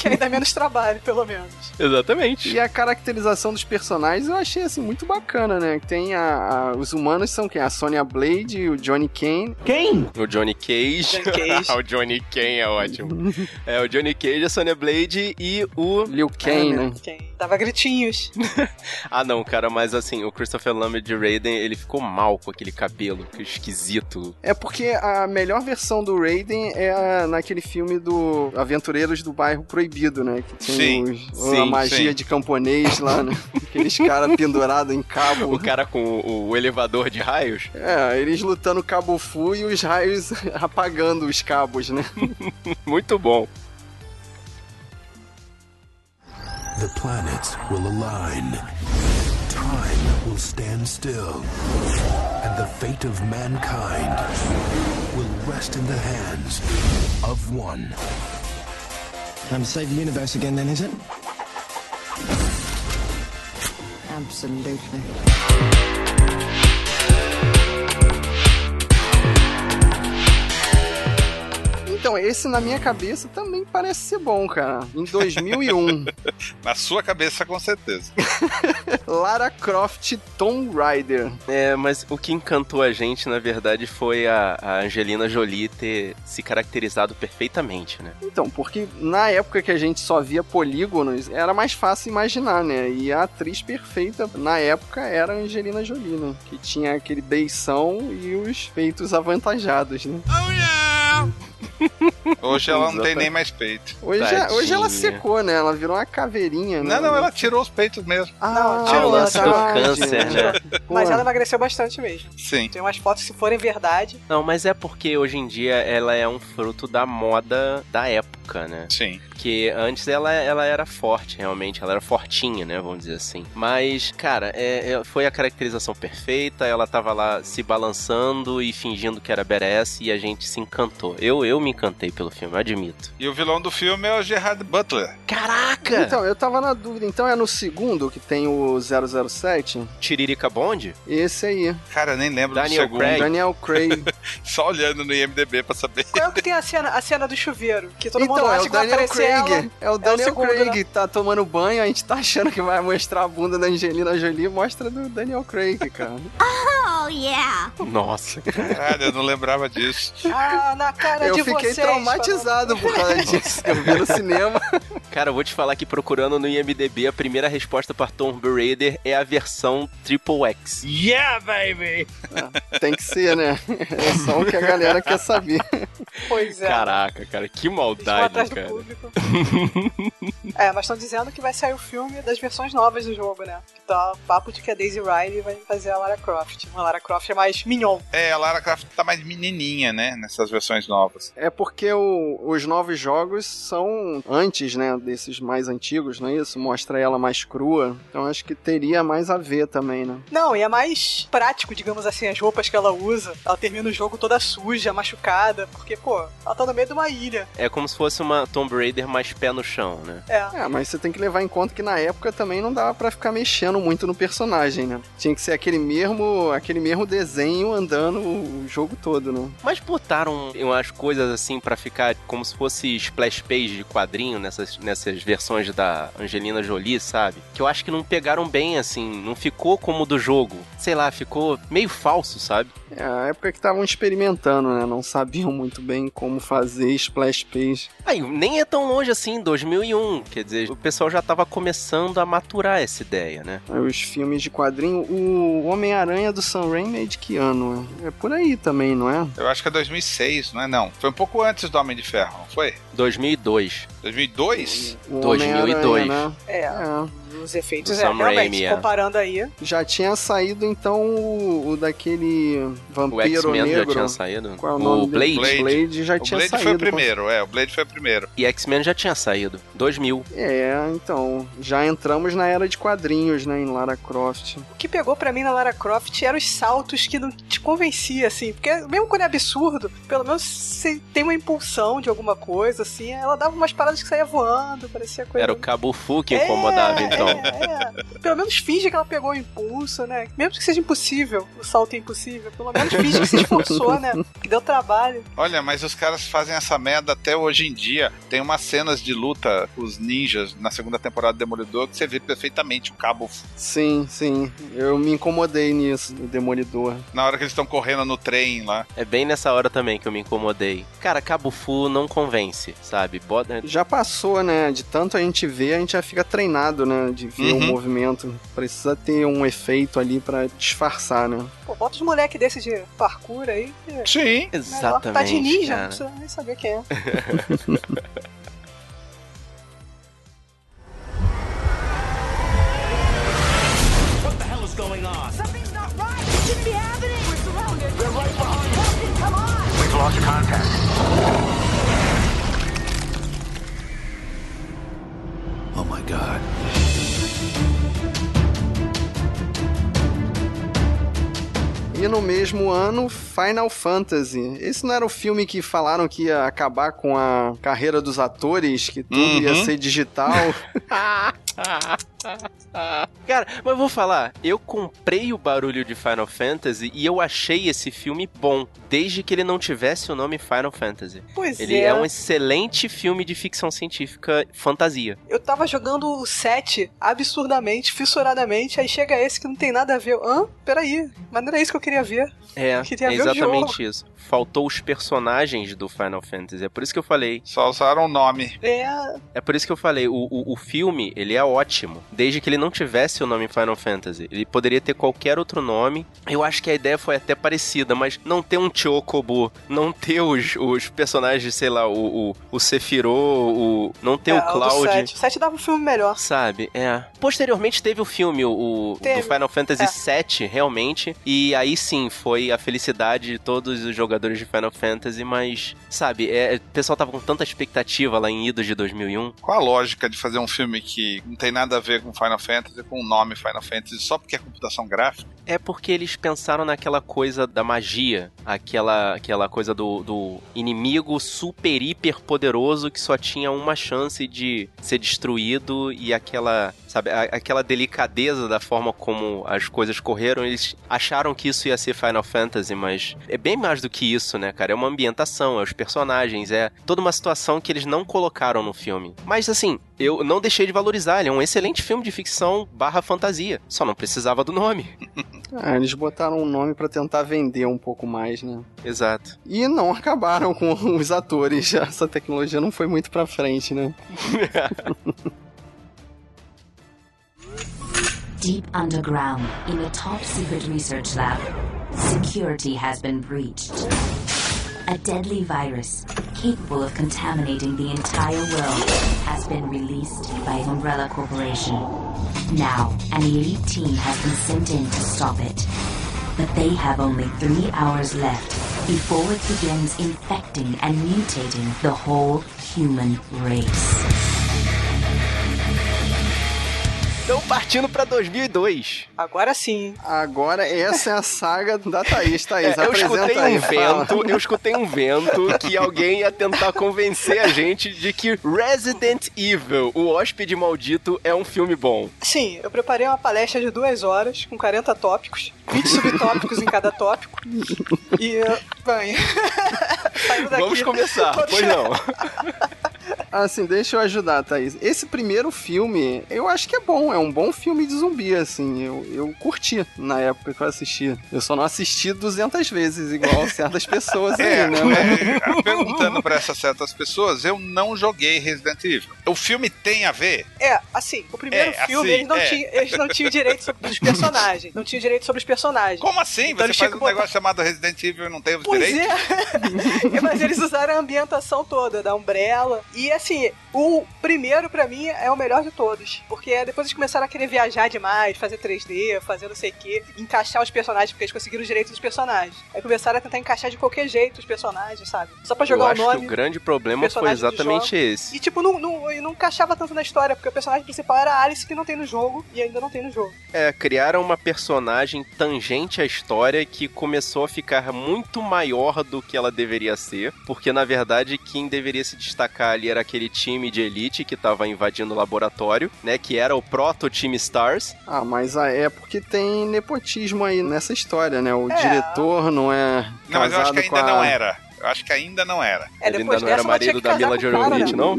S4: que ainda menos trabalho, pelo menos.
S3: que- Exatamente.
S1: E a caracterização dos personagens eu achei assim muito bacana, né? Tem a, a- os humanos são quem? A Sonya Blade, o Johnny Kane.
S3: O Johnny Cage.
S4: Johnny Cage.
S3: Ah, o Johnny Cage é ótimo. É, o Johnny Cage, a Sonya Blade e o
S1: Liu Kang, né?
S4: Quem dava gritinhos.
S3: Ah, não, cara, mas assim, o Christopher Lambert de Raiden, ele ficou mal com aquele cabelo que esquisito.
S1: É porque a melhor versão do Raiden é a- naquele filme do Aventureiros do Bairro Proibido, né? Que tem
S2: Sim,
S1: os- a
S2: sim,
S1: magia
S2: sim.
S1: de camponês lá, né? Aqueles caras pendurados em
S3: O
S1: cabo.
S3: cara com o, o elevador de raios.
S1: É, eles lutando cabo fu e os raios apagando os cabos, né?
S3: Muito bom.
S6: The planets will align. Time will stand still. And the fate of mankind will rest in the hands of one.
S7: Time to save the universe again, then, is it?
S10: Absolutely.
S1: Então, esse na minha cabeça também parece ser bom, cara. Em 2001.
S2: Na sua cabeça, com certeza.
S1: Lara Croft Tomb Raider.
S3: É, mas o que encantou a gente, na verdade, foi a, a Angelina Jolie ter se caracterizado perfeitamente, né?
S1: Então, porque na época que a gente só via polígonos, era mais fácil imaginar, né? E a atriz perfeita na época era a Angelina Jolie, né? Que tinha aquele beição e os peitos avantajados, né?
S2: Oh, yeah! Hoje ela não tem nem mais peito.
S1: Hoje, é,
S3: Tadinha.
S1: hoje ela secou, né? Ela virou uma caveirinha, né?
S2: Não, não, ela tirou os peitos mesmo.
S1: Ah,
S4: Não,
S3: Ah, o
S4: tirou,
S3: lance do
S1: verdade.
S3: câncer, né?
S4: Mas
S1: Pô.
S4: ela emagreceu bastante mesmo.
S2: Sim.
S4: Tem umas fotos, se forem verdade.
S3: Não, mas é porque hoje em dia ela é um fruto da moda da época, né?
S2: Sim.
S3: Porque antes ela, ela era forte, realmente. Ela era fortinha, né? Vamos dizer assim. Mas, cara, é- é- foi a caracterização perfeita. Ela tava lá se balançando e fingindo que era badass. E a gente se encantou. Eu, eu me encantei pelo filme, eu admito.
S2: E o vilão do filme é o Gerard Butler.
S3: Caraca!
S1: Então, eu tava na dúvida. Então é no segundo que tem o 007?
S3: Tiririca Bond?
S1: Esse aí.
S2: Cara, eu nem lembro
S3: Daniel
S2: do segundo.
S3: Craig.
S1: Daniel Craig.
S2: Só olhando no IMDB pra saber.
S4: Qual é o que tem a cena, a cena do chuveiro? Que todo mundo
S1: então, é
S4: acha
S1: o
S4: que vai
S1: Daniel
S4: aparecer
S1: Craig.
S4: ela.
S1: É o Daniel
S4: segundo,
S1: Craig. Tá tomando banho, a gente tá achando que vai mostrar a bunda da Angelina Jolie. Mostra do Daniel Craig, cara.
S10: Oh, yeah.
S3: Nossa,
S2: Caralho, eu não lembrava disso.
S4: Ah, na cara
S1: eu
S4: de
S1: fiquei
S4: vocês.
S1: traumatizado por causa disso. que Eu vi no cinema.
S3: Cara, eu vou te falar que procurando no IMDB, a primeira resposta para Tomb Raider é a versão Triple X.
S7: Yeah, baby!
S1: Tem que ser, né? É só o que a galera quer saber.
S4: falando. Pois é.
S3: Caraca, cara, que
S4: Eles vão
S3: maldade,
S4: atrás do
S3: cara.
S4: público. é, mas estão dizendo que vai sair o filme das versões novas do jogo, né? Que tá o papo de que a Daisy Riley vai fazer a Lara Croft. Uma Lara Croft é mais mignon.
S2: É, a Lara Croft tá mais menininha, né? Nessas versões novas.
S1: É porque o- os novos jogos são antes, né, desses mais antigos, não é isso? Mostra ela mais crua. Então acho que teria mais a ver também, né?
S4: Não, e é mais prático, digamos assim, as roupas que ela usa. Ela termina o jogo toda suja, machucada, porque, pô, ela tá no meio de uma ilha.
S3: É como se fosse uma Tomb Raider mais pé no chão, né?
S4: É.
S1: É, mas você tem que levar em conta que na época também não dava pra ficar mexendo muito no personagem, né? Tinha que ser aquele mesmo, aquele mesmo desenho andando o jogo todo, né?
S3: Mas botaram umas coisas assim pra ficar como se fosse splash page de quadrinho nessas, nessas versões da Angelina Jolie, sabe? Que eu acho que não pegaram bem, assim, não ficou como do jogo. Sei lá, ficou meio falso, sabe?
S1: É a época que estavam experimentando, né? Não sabiam muito bem como fazer splash page.
S3: Aí, nem é tão longe assim, 2001. Quer dizer, o pessoal já tava começando a maturar essa ideia, né?
S1: Aí Os filmes de quadrinho, o Homem-Aranha do Sam Raimi é de que ano? É por aí também, não é?
S2: Eu acho que é 2006, não é não? Foi um pouco antes do Homem de Ferro, não foi?
S3: 2002.
S2: 2002?
S1: O
S3: 2002.
S1: Homem-Aranha, né?
S4: É,
S1: É.
S4: os efeitos,
S3: Do
S4: é,
S3: Sam
S4: realmente,
S3: Raimi, é.
S4: comparando aí,
S1: Já tinha saído então o, o daquele
S3: O
S1: vampiro
S3: X-Men já
S1: negro.
S3: tinha saído.
S1: Qual é o nome
S3: Blade.
S1: dele?
S2: Blade.
S1: Blade já
S2: O
S1: tinha
S2: Blade
S1: saído.
S2: foi o
S1: com-
S2: primeiro, é, o Blade foi o primeiro.
S3: E X-Men já tinha saído. 2000.
S1: É, então, já entramos na era de quadrinhos, né, em Lara Croft.
S4: o que pegou pra mim na Lara Croft eram os saltos que não te convencia, assim. Porque mesmo quando é absurdo, pelo menos você tem uma impulsão de alguma coisa, assim. Ela dava umas paradas que saía voando, parecia coisa...
S3: Era o Cabo Fu que
S4: É,
S3: incomodava, então.
S4: é, é. Pelo menos finge que ela pegou o impulso, né? Mesmo que seja impossível, o salto é impossível, pelo menos finge que se esforçou, né? Que deu trabalho.
S2: Olha, mas os caras fazem essa merda até hoje em dia. Tem umas cenas de luta, os ninjas, na segunda temporada do Demolidor, que você vê perfeitamente o cabo
S1: Sim, sim, eu me incomodei nisso, do Demolidor.
S2: na hora que eles estão correndo no trem lá.
S3: É bem nessa hora também que eu me incomodei. Cara, Cabo Fu não convence, sabe? Bota...
S1: Já passou, né, de tanto a gente ver, a gente já fica treinado, né, de ver
S2: Uhum.
S1: o movimento. Precisa ter um efeito ali pra disfarçar, né.
S4: Pô, bota os moleque desses de parkour aí. que é
S2: Sim.
S4: melhor.
S3: Exatamente.
S4: Tá de ninja, não
S3: cara.
S4: precisa nem saber quem é.
S7: What the hell is going on?
S10: Something's not right. It shouldn't be happening. We're surrounded. We're right behind come on.
S7: We've lost contact.
S8: Oh my god.
S1: E no mesmo ano, Final Fantasy. Esse não era o filme que falaram que ia acabar com a carreira dos atores, que tudo
S2: Uhum.
S1: ia ser digital.
S3: Cara, mas vou falar, eu comprei o barulho de Final Fantasy e eu achei esse filme bom, desde que ele não tivesse o nome Final Fantasy.
S4: Pois
S3: ele
S4: é.
S3: é um excelente filme de ficção científica fantasia.
S4: Eu tava jogando o 7 absurdamente, fissuradamente, aí chega esse que não tem nada a ver. Hã? Peraí, mas não era isso que eu queria ver.
S3: É,
S4: Queria
S3: é
S4: ver o
S3: exatamente isso. Faltou os personagens do Final Fantasy, é por isso que eu falei.
S2: Só usaram o nome.
S4: É.
S3: É por isso que eu falei, o, o, o filme, ele é ótimo. Desde que ele não tivesse o nome Final Fantasy. Ele poderia ter qualquer outro nome. Eu acho que a ideia foi até parecida, mas não ter um Chocobo, não ter os, os personagens, sei lá, o, o, o Sephiroth, o, não ter
S4: é,
S3: o Cloud.
S4: 7. O 7 dava um filme melhor.
S3: Sabe, é. Posteriormente teve o filme, o, o-
S4: Teve.
S3: do Final Fantasy
S4: É.
S3: VII, realmente. E aí sim, foi a felicidade de todos os jogadores de Final Fantasy, mas, sabe, é, o pessoal tava com tanta expectativa lá em Idos de 2001.
S2: Qual a lógica de fazer um filme que não tem nada a ver com Final Fantasy, com o nome Final Fantasy, só porque é computação gráfica?
S3: É porque eles pensaram naquela coisa da magia, aquela, aquela coisa do, do inimigo super hiper poderoso que só tinha uma chance de ser destruído e aquela, sabe, a- aquela delicadeza da forma como as coisas correram, eles acharam que isso ia ser Final Fantasy, mas é bem mais do que isso, né, cara? É uma ambientação, é os personagens, é toda uma situação que eles não colocaram no filme. Mas assim, eu não deixei de valorizar, ele é um excelente filme de ficção barra fantasia, só não precisava do nome.
S1: Ah, eles botaram um nome pra tentar vender um pouco mais, né?
S3: Exato.
S1: E não acabaram com os atores. Essa tecnologia não foi muito pra frente, né?
S11: Deep underground, in a top secret research lab, security has been breached. A deadly virus, capable of contaminating the entire world, has been released by Umbrella Corporation. Now, an elite team has been sent in to stop it. But they have only three hours left before it begins infecting and mutating the whole human race.
S3: Então, partindo pra 2002.
S4: Agora sim.
S1: Agora, essa é a saga da Thaís. Thaís,
S3: É, eu
S1: apresenta
S3: escutei um
S1: aí, fala.
S3: vento, eu escutei um vento que alguém ia tentar convencer a gente de que Resident Evil, o hóspede maldito, é um filme bom.
S4: Sim, eu preparei uma palestra de duas horas, com 40 tópicos, 20 subtópicos em cada tópico. E, bem, saindo daqui.
S3: Vamos começar, pois não.
S1: Assim, deixa eu ajudar, Thaís. Esse primeiro filme, eu acho que é bom. É um bom filme de zumbi, assim. Eu, eu curti na época que eu assisti. Eu só não assisti 200 vezes, igual certas pessoas
S2: É,
S1: aí, né?
S2: é, perguntando pra essas certas pessoas, eu não joguei Resident Evil. O filme tem a ver?
S4: É, assim, o primeiro
S2: É,
S4: filme
S2: assim,
S4: eles, não
S2: é.
S4: tinham, eles não tinham direito sobre os personagens. Não tinham direito sobre os personagens.
S2: Como assim?
S4: Então
S2: Você
S4: eles
S2: faz
S4: tinham
S2: um
S4: que botar-
S2: negócio chamado Resident Evil e não tem os
S4: Pois
S2: direitos?
S4: é. Mas eles usaram a ambientação toda, da Umbrella. E assim, o primeiro pra mim é o melhor de todos. Porque depois eles começaram a querer viajar demais, fazer 3D, fazer não sei o quê, encaixar os personagens, porque eles conseguiram os direitos dos personagens. Aí começaram a tentar encaixar de qualquer jeito os personagens, sabe? Só pra
S3: Eu
S4: jogar
S3: acho
S4: o
S3: que
S4: nome.
S3: o grande problema foi
S4: personagem dos
S3: exatamente
S4: jogos.
S3: esse.
S4: E tipo, não, não, e não encaixava tanto na história, porque o personagem principal era a Alice que não tem no jogo e ainda não tem no jogo.
S3: É, criaram uma personagem tangente à história que começou a ficar muito maior do que ela deveria ser, porque na verdade quem deveria se destacar ali era aquele time de elite que tava invadindo o laboratório, né, que era o proto-time Stars.
S1: Ah, mas ah, é porque tem nepotismo aí nessa história, né? O diretor não é casado
S2: É. Não, mas eu acho que
S1: com
S2: ainda
S1: a...
S2: não é. era. Eu acho que ainda não era.
S4: É,
S3: Ele ainda não era marido da
S4: né?
S3: Mila
S1: né?
S3: Jovovich, né? não?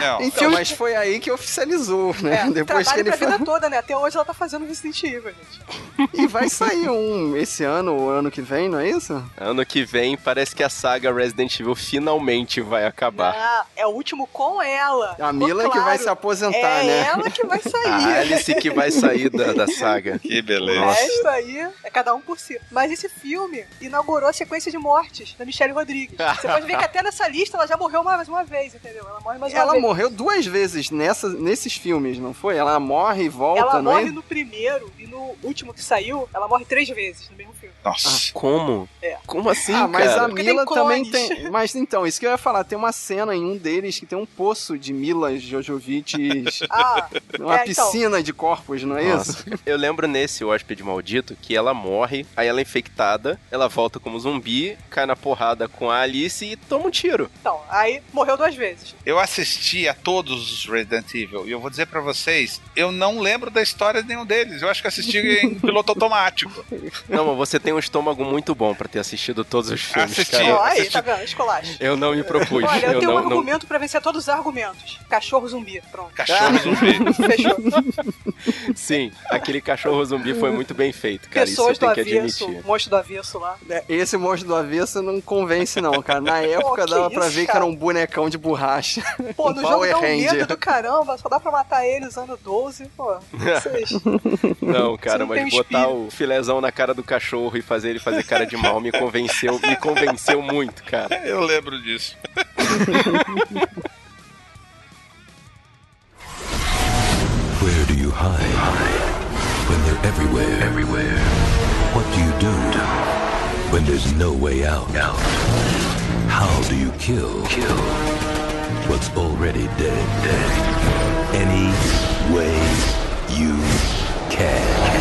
S2: Não.
S1: Então, mas foi aí que oficializou, né?
S4: É,
S1: Depois que
S4: trabalho
S1: ele
S4: pra
S1: foi...
S4: vida toda, né? Até hoje ela tá fazendo Resident Evil, gente.
S1: E vai sair um esse ano ou ano que vem, não é isso?
S3: Ano que vem parece que a saga Resident Evil finalmente vai acabar.
S4: Ah, é o último com ela.
S1: A Mila
S4: Pô,
S1: que vai
S4: claro,
S1: se aposentar,
S4: é
S1: né? Ah,
S4: ela que vai
S3: A
S4: sair.
S3: Alice que vai sair da, da saga.
S2: Que beleza.
S4: O
S3: Nossa.
S4: resto aí é cada um por si. Mas esse filme inaugurou a sequência de mortes da Michelle Rodrigues. Você pode ver que até nessa lista ela já morreu mais uma vez, entendeu? Ela morre mais uma
S1: Ela
S4: vez.
S1: morreu duas vezes nessa, nesses filmes, não foi? Ela morre e volta,
S4: ela
S1: não
S4: morre
S1: é?
S4: no primeiro e no último que saiu, ela morre três vezes no mesmo filme.
S2: Nossa.
S3: como? Como assim,
S1: Ah, mas
S3: cara?
S1: a Mila também tem. Mas então, isso que eu ia falar, tem uma cena em um deles que tem um poço de Milas Jojovites.
S4: Ah,
S1: uma
S3: é, então.
S1: piscina de corpos, não é isso?
S3: Eu lembro nesse Hóspede Maldito que ela morre, aí ela é infectada, ela volta como zumbi, cai na porrada com a Alice e toma um tiro.
S4: Então, aí morreu duas vezes.
S2: Eu assisti a todos os Resident Evil e eu vou dizer pra vocês, eu não lembro da história de nenhum deles. Eu acho que assisti em piloto automático.
S3: Não, mas você tem um estômago muito bom pra ter assistido todos os filmes,
S2: Assisti.
S3: cara.
S4: Ó, aí, tá vendo? Escolache.
S3: Eu não me propus.
S4: Olha, eu,
S3: tipo eu
S4: tenho
S3: não,
S4: um
S3: não-
S4: argumento pra vencer todos os argumentos. Cachorro zumbi, pronto.
S3: Cachorro zumbi.
S4: Fechou.
S3: Sim, aquele cachorro zumbi foi muito bem feito, cara.
S4: Pessoas
S3: isso
S4: do
S3: eu tenho que
S4: avesso,
S3: admitir.
S4: monstro do avesso lá.
S1: Esse monstro do avesso não convence, não, cara. Na época
S4: que
S1: dava pra
S4: isso,
S1: ver
S4: cara.
S1: que era um bonecão de borracha.
S4: Pô,
S1: um
S4: no jogo
S1: Power
S4: dá um medo
S1: Ranger.
S4: do caramba, só dá pra matar ele usando 12, pô. Vocês.
S3: Não, cara,
S4: não tem
S3: mas
S4: um
S3: botar o filézão na cara do cachorro e fazer ele fazer cara de mal me convenceu, me convenceu muito, cara.
S2: Eu lembro disso.
S8: Where do you hide? When they're everywhere. Everywhere. What do you do? When there's no way out. Out. How do you kill? Kill. What's already dead. Dead. Any way you can.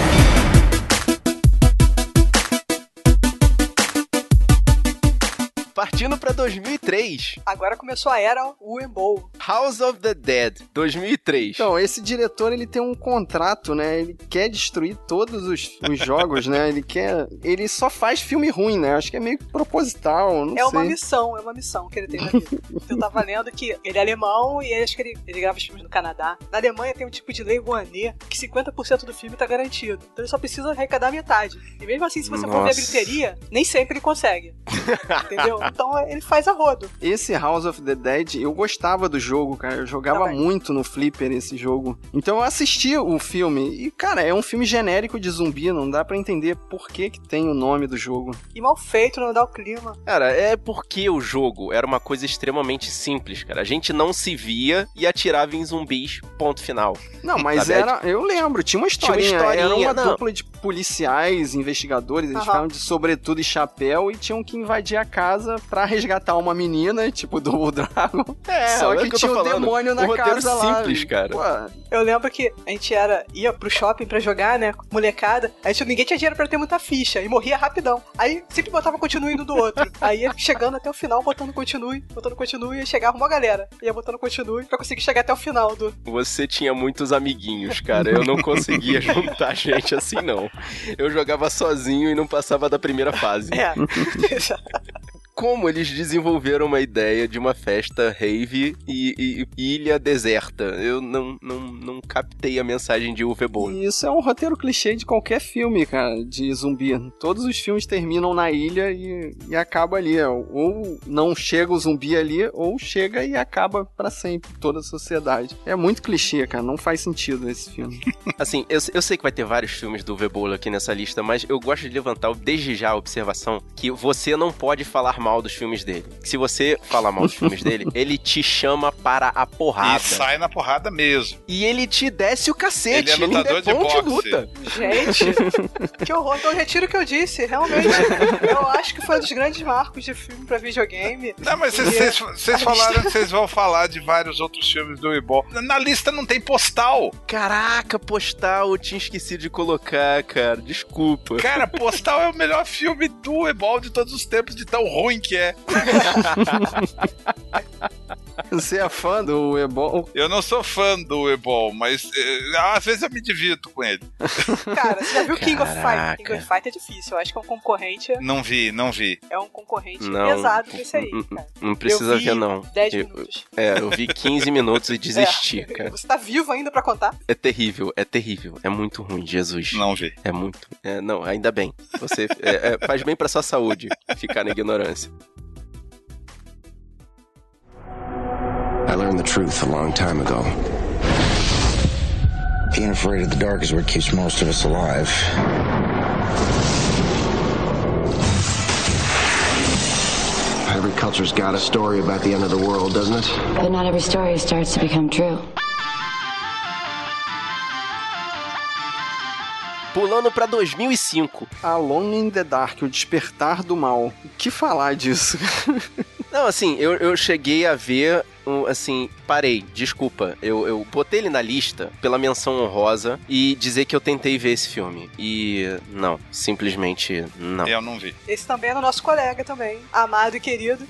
S3: Partindo pra 2003,
S4: Agora começou a era Uembo.
S3: House of the Dead, 2003.
S1: Então, esse diretor, ele tem um contrato, né? Ele quer destruir todos os, os jogos, né? Ele quer... Ele só faz filme ruim, né? Acho que é meio proposital, não
S4: É
S1: sei.
S4: uma missão, é uma missão que ele tem na vida. Eu tava lendo que ele é alemão e acho que ele, ele grava os filmes no Canadá. Na Alemanha tem um tipo de lei Rouanet que 50% do filme tá garantido. Então ele só precisa arrecadar metade. E mesmo assim, se você for ver a
S1: Nossa.
S4: bilheteria, nem sempre ele consegue. Entendeu? Então ele faz a rodo.
S1: Esse House of the Dead, eu gostava do jogo, cara. Eu jogava muito no Flipper esse jogo. Então eu assisti o filme. E, cara, é um filme genérico de zumbi. Não dá pra entender por que, que tem o nome do jogo.
S4: E mal feito, não dá o clima.
S3: Cara, é porque o jogo era uma coisa extremamente simples, cara. A gente não se via e atirava em zumbis, ponto final.
S1: Não, mas
S3: Sabe?
S1: era. Eu lembro, tinha uma
S3: Tá Tinha uma
S1: historinha. era
S3: historinha,
S1: uma
S3: não.
S1: dupla de policiais, investigadores, eles
S3: Aham.
S1: ficavam de sobretudo e chapéu e tinham que invadir a casa pra resgatar uma menina, tipo Double Dragon.
S3: É,
S1: Só
S3: é
S1: que,
S3: o que eu tô
S1: tinha o
S3: falando.
S1: demônio na
S3: O roteiro
S1: casa lá.
S3: simples, cara.
S1: Pô,
S4: Eu lembro que a gente era, ia pro shopping pra jogar, né? Molecada. A gente, ninguém tinha dinheiro pra ter muita ficha. E morria rapidão. Aí sempre botava continue no do outro. Aí ia chegando até o final, botando continue, botando continue. E chegava uma galera. Ia botando continue pra conseguir chegar até o final do.
S3: Você tinha muitos amiguinhos, cara. Eu não conseguia juntar gente assim, não. Eu jogava sozinho e não passava da primeira fase.
S4: É.
S3: Como eles desenvolveram uma ideia de uma festa rave e, e- e ilha deserta? Eu não, não, não captei a mensagem de Uwe Boll.
S1: E Isso é um roteiro clichê de qualquer filme, cara, de zumbi. Todos os filmes terminam na ilha e, e acaba ali. ó. Ou não chega o zumbi ali, ou chega e acaba pra sempre toda a sociedade. É muito clichê, cara. Não faz sentido esse filme.
S3: Assim, eu, eu sei que vai ter vários filmes do Vebolo aqui nessa lista, mas eu gosto de levantar desde já a observação que você não pode falar mal dos filmes dele. Se você falar mal dos filmes dele, ele te chama para a porrada.
S2: E sai na porrada mesmo.
S3: E ele te desce o cacete.
S2: Ele é lutador
S3: ainda é
S2: de
S3: bom de
S2: boxe.
S3: luta.
S4: Gente, que horror. Então eu retiro o que eu disse. Realmente, eu acho que foi um dos grandes marcos de filme pra videogame.
S2: Não, mas
S4: E
S2: vocês,
S4: a-
S2: vocês
S4: a
S2: falaram
S4: gente-
S2: que vocês vão falar de vários outros filmes do Ibol. Na lista não tem postal.
S3: Caraca, postal, eu tinha esquecido de colocar, cara. Desculpa.
S2: Cara, Postal é o melhor filme do Ebol de todos os tempos, de tão ruim que é.
S1: Você é fã do Ebol?
S2: Eu não sou fã do Ebol, mas eh, às vezes eu me divirto com ele.
S4: Cara, você já viu King of Fight?
S2: Caraca.
S4: King of Fight é difícil. Eu acho que é um concorrente.
S2: Não vi, não vi.
S4: É um concorrente
S3: Não,
S4: pesado desse aí.
S3: n-
S4: cara.
S3: Não precisa
S4: Eu vi
S3: ver, não.
S4: 10
S3: Eu-
S4: minutos.
S3: é, eu vi 15 minutos e desisti,
S4: É.
S3: cara.
S4: Você tá vivo ainda pra contar?
S3: É terrível, é terrível. É muito ruim, Jesus.
S2: Não vi.
S3: É muito. É, não, ainda bem. Você é, é, faz bem pra sua saúde ficar na ignorância.
S12: I learned the truth a long time ago. Being afraid of the dark is what keeps most of us alive. Every culture's got a story about the end of the world, doesn't it?
S11: But not every story starts to become true.
S3: Pulando pra 2005.
S1: Alone in the Dark, o despertar do mal. O que falar disso?
S3: Não, assim, eu, eu cheguei a ver um, assim, parei, desculpa. Eu, eu botei ele na lista pela menção honrosa e dizer que eu tentei ver esse filme. E não, simplesmente não.
S2: Eu não vi.
S4: Esse também é do nosso colega também, amado e querido.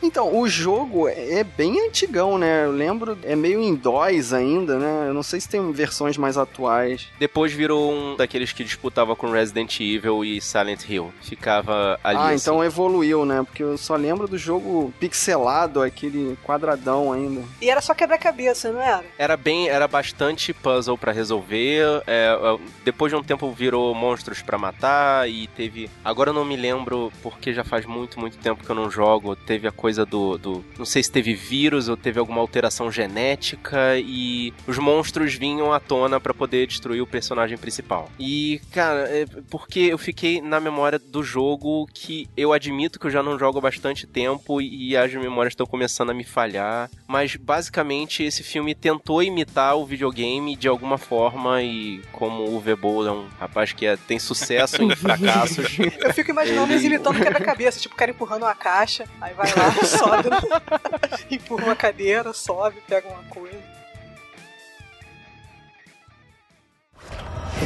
S1: então, o jogo é bem antigão, né? Eu lembro, é meio em DOS ainda, né? Eu não sei se tem versões mais atuais.
S3: Depois virou um daqueles que disputava com Resident Evil e Silent Hill. Ficava ali.
S1: Ah,
S3: assim.
S1: então evoluiu, né? Porque eu só lembro do jogo pixelado, aquele quadradão ainda.
S4: E era só quebra-cabeça, não era?
S3: Era bem, era bastante puzzle pra resolver. é, é, depois de um tempo virou monstros pra matar e teve. Agora eu não me lembro porque já faz muito, muito tempo que eu não jogo. Teve a coisa do, do- não sei se teve vírus ou teve alguma alteração genética e os monstros vinham à tona pra poder destruir o personagem principal. E cara, é porque eu fiquei na memória do jogo que eu admito que eu já não jogo há bastante tempo e as memórias estão começando a me falhar. Mas basicamente esse filme tentou imitar o videogame de alguma forma e como o Vebo é um rapaz que é- tem sucesso em fracassos.
S4: Eu fico imaginando eles imitando quebra-cabeça, tipo, o cara empurrando uma caixa, aí vai lá, sobe, empurra uma cadeira, sobe, pega uma coisa.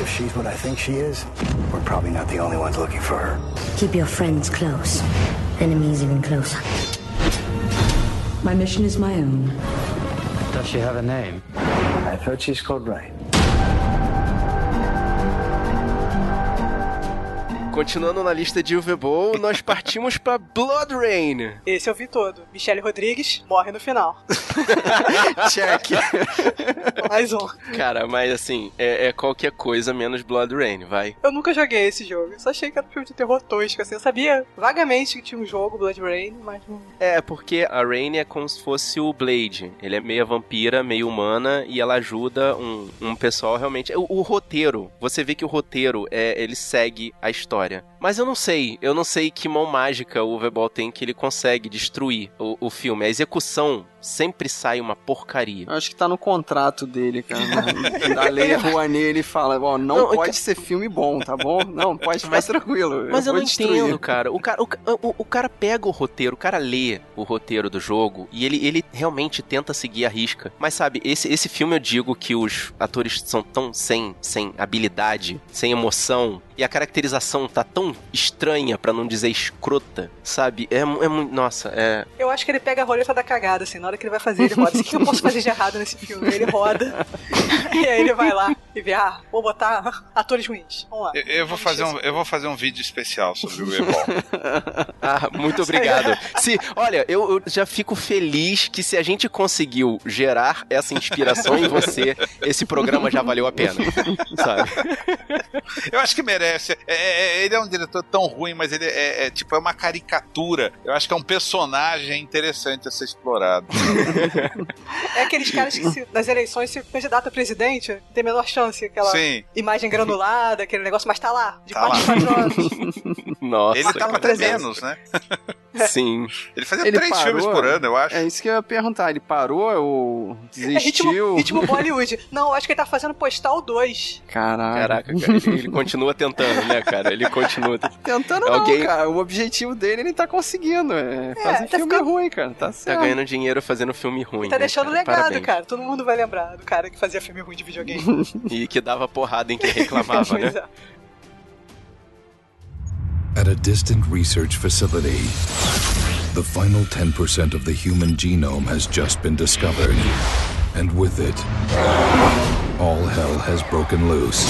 S13: If she's what I think she is, we're probably not the only ones looking for her.
S14: Keep your friends close, enemies even closer. My mission is my own.
S13: Does she have a name? I've heard she's called Rain.
S3: Continuando na lista de Uvebo, nós partimos pra Blood Rain.
S4: Esse eu vi todo. Michelle Rodrigues morre no final.
S1: Check.
S4: Mais um.
S3: Cara, mas assim, é, é qualquer coisa menos Blood Rain, vai.
S4: Eu nunca joguei esse jogo, eu só achei que era um filme de terror tosco, assim. Eu sabia vagamente que tinha um jogo, Blood Rain, mas não.
S3: É, porque a Rain é como se fosse o Blade. Ele é meia vampira, meio humana, e ela ajuda um, um pessoal realmente. O, o roteiro, você vê que o roteiro, é, ele segue a história. Mas eu não sei, eu não sei que mão mágica o Overball tem que ele consegue destruir o, o filme. A execução sempre sai uma porcaria.
S1: Eu Acho que tá no contrato dele, cara. A lei Rouanet, ele fala, ó, não,
S3: Não,
S1: pode ser filme bom, tá bom? Não, pode ficar tranquilo.
S3: Mas eu,
S1: vou
S3: não
S1: destruir.
S3: entendo, cara. O cara, o, ca- o- o cara pega o roteiro, o cara lê o roteiro do jogo e ele, ele realmente tenta seguir a risca. Mas sabe, esse, esse filme eu digo que os atores são tão sem, sem habilidade, sem emoção. E a caracterização tá tão estranha, pra não dizer escrota, sabe? É, mu- é muito. Nossa, é.
S4: Eu acho que ele pega a roleta da cagada, assim, na hora que ele vai fazer, ele roda. Assim, o que eu posso fazer de errado nesse filme? Aí Ele roda. e aí ele vai lá e vê, ah, vou botar atores ruins. Vamos lá.
S2: Eu, eu vou fazer um, eu vou fazer um vídeo especial sobre o Ebol.
S3: Ah, muito obrigado. Se, olha, eu, eu já fico feliz que se a gente conseguiu gerar essa inspiração em você, esse programa já valeu a pena. Sabe?
S2: Eu acho que merece. É, é, é, ele é um diretor tão ruim, mas ele é, é, tipo é uma caricatura. Eu acho que é um personagem interessante a ser explorado.
S4: É aqueles caras que se- nas eleições se candidata a presidente, tem menor chance. Aquela
S2: Sim.
S4: imagem granulada, aquele negócio, mas tá lá. De
S2: Tá lá.
S3: Nossa.
S2: Ele tá tava até menos, né?
S3: Sim.
S2: Ele fazia três filmes por ano, eu acho.
S1: É isso que eu ia perguntar. Ele parou ou
S4: É ritmo,
S1: desistiu?
S4: ritmo Bollywood. Não, eu acho que ele tá fazendo postal Tá 2.
S1: Caraca.
S3: Caraca, cara, ele, ele continua tentando, né, cara? Ele continua. tá
S1: Tentando
S3: Alguém-
S1: não, cara. É O objetivo dele ele tá conseguindo. É fazer
S4: tá
S1: filme ruim, cara. Tá
S3: Tá
S1: certo.
S3: ganhando dinheiro fazendo filme ruim.
S4: Tá
S3: né,
S4: deixando
S3: cara?
S4: legado,
S3: Parabéns.
S4: cara. Todo mundo vai lembrar do cara que fazia filme ruim de videogame.
S3: E que dava porrada em quem reclamava, né?
S4: Pois é.
S6: At a distant research facility, the final 10% of the human genome has just been discovered. And with it, all hell has broken loose.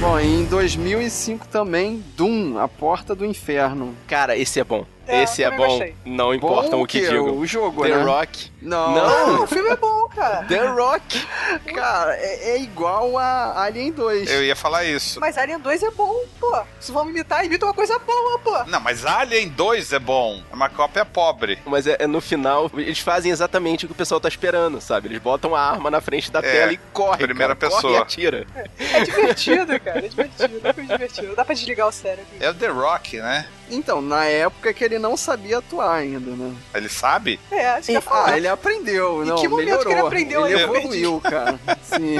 S1: Bom, em 2005 também, Doom, A Porta do Inferno.
S3: Cara, esse é bom.
S1: É,
S3: esse é
S1: também
S3: bom.
S1: gostei.
S3: Não
S1: Bom
S3: importam o que
S1: que é
S3: digam.
S1: o jogo,
S3: The
S1: né?
S3: Rock.
S1: Não.
S3: Não.
S4: O filme é bom. cara.
S1: The Rock, cara, é, é igual a Alien 2.
S2: Eu ia falar isso.
S4: Mas Alien 2 é bom, pô. Se vão me imitar, imita uma coisa boa, pô.
S2: Não, mas Alien 2 é bom. É uma cópia pobre.
S3: Mas é, é no final, eles fazem exatamente o que o pessoal tá esperando, sabe? Eles botam a arma na frente da
S2: É,
S3: tela e correm.
S2: primeira
S3: cara,
S2: pessoa.
S3: Corre e atira.
S4: É divertido, cara. É divertido. É divertido. Dá pra desligar o cérebro.
S2: É o The Rock, né?
S1: Então, na época que ele não sabia atuar ainda, né?
S2: Ele sabe?
S4: É, isso que eu ia falar.
S1: Ah, ele aprendeu,
S4: Em
S1: não,
S4: que momento que ele
S1: melhorou.
S4: aprendeu?
S1: Ele
S4: Eu perdi.
S1: evoluiu, cara. Sim,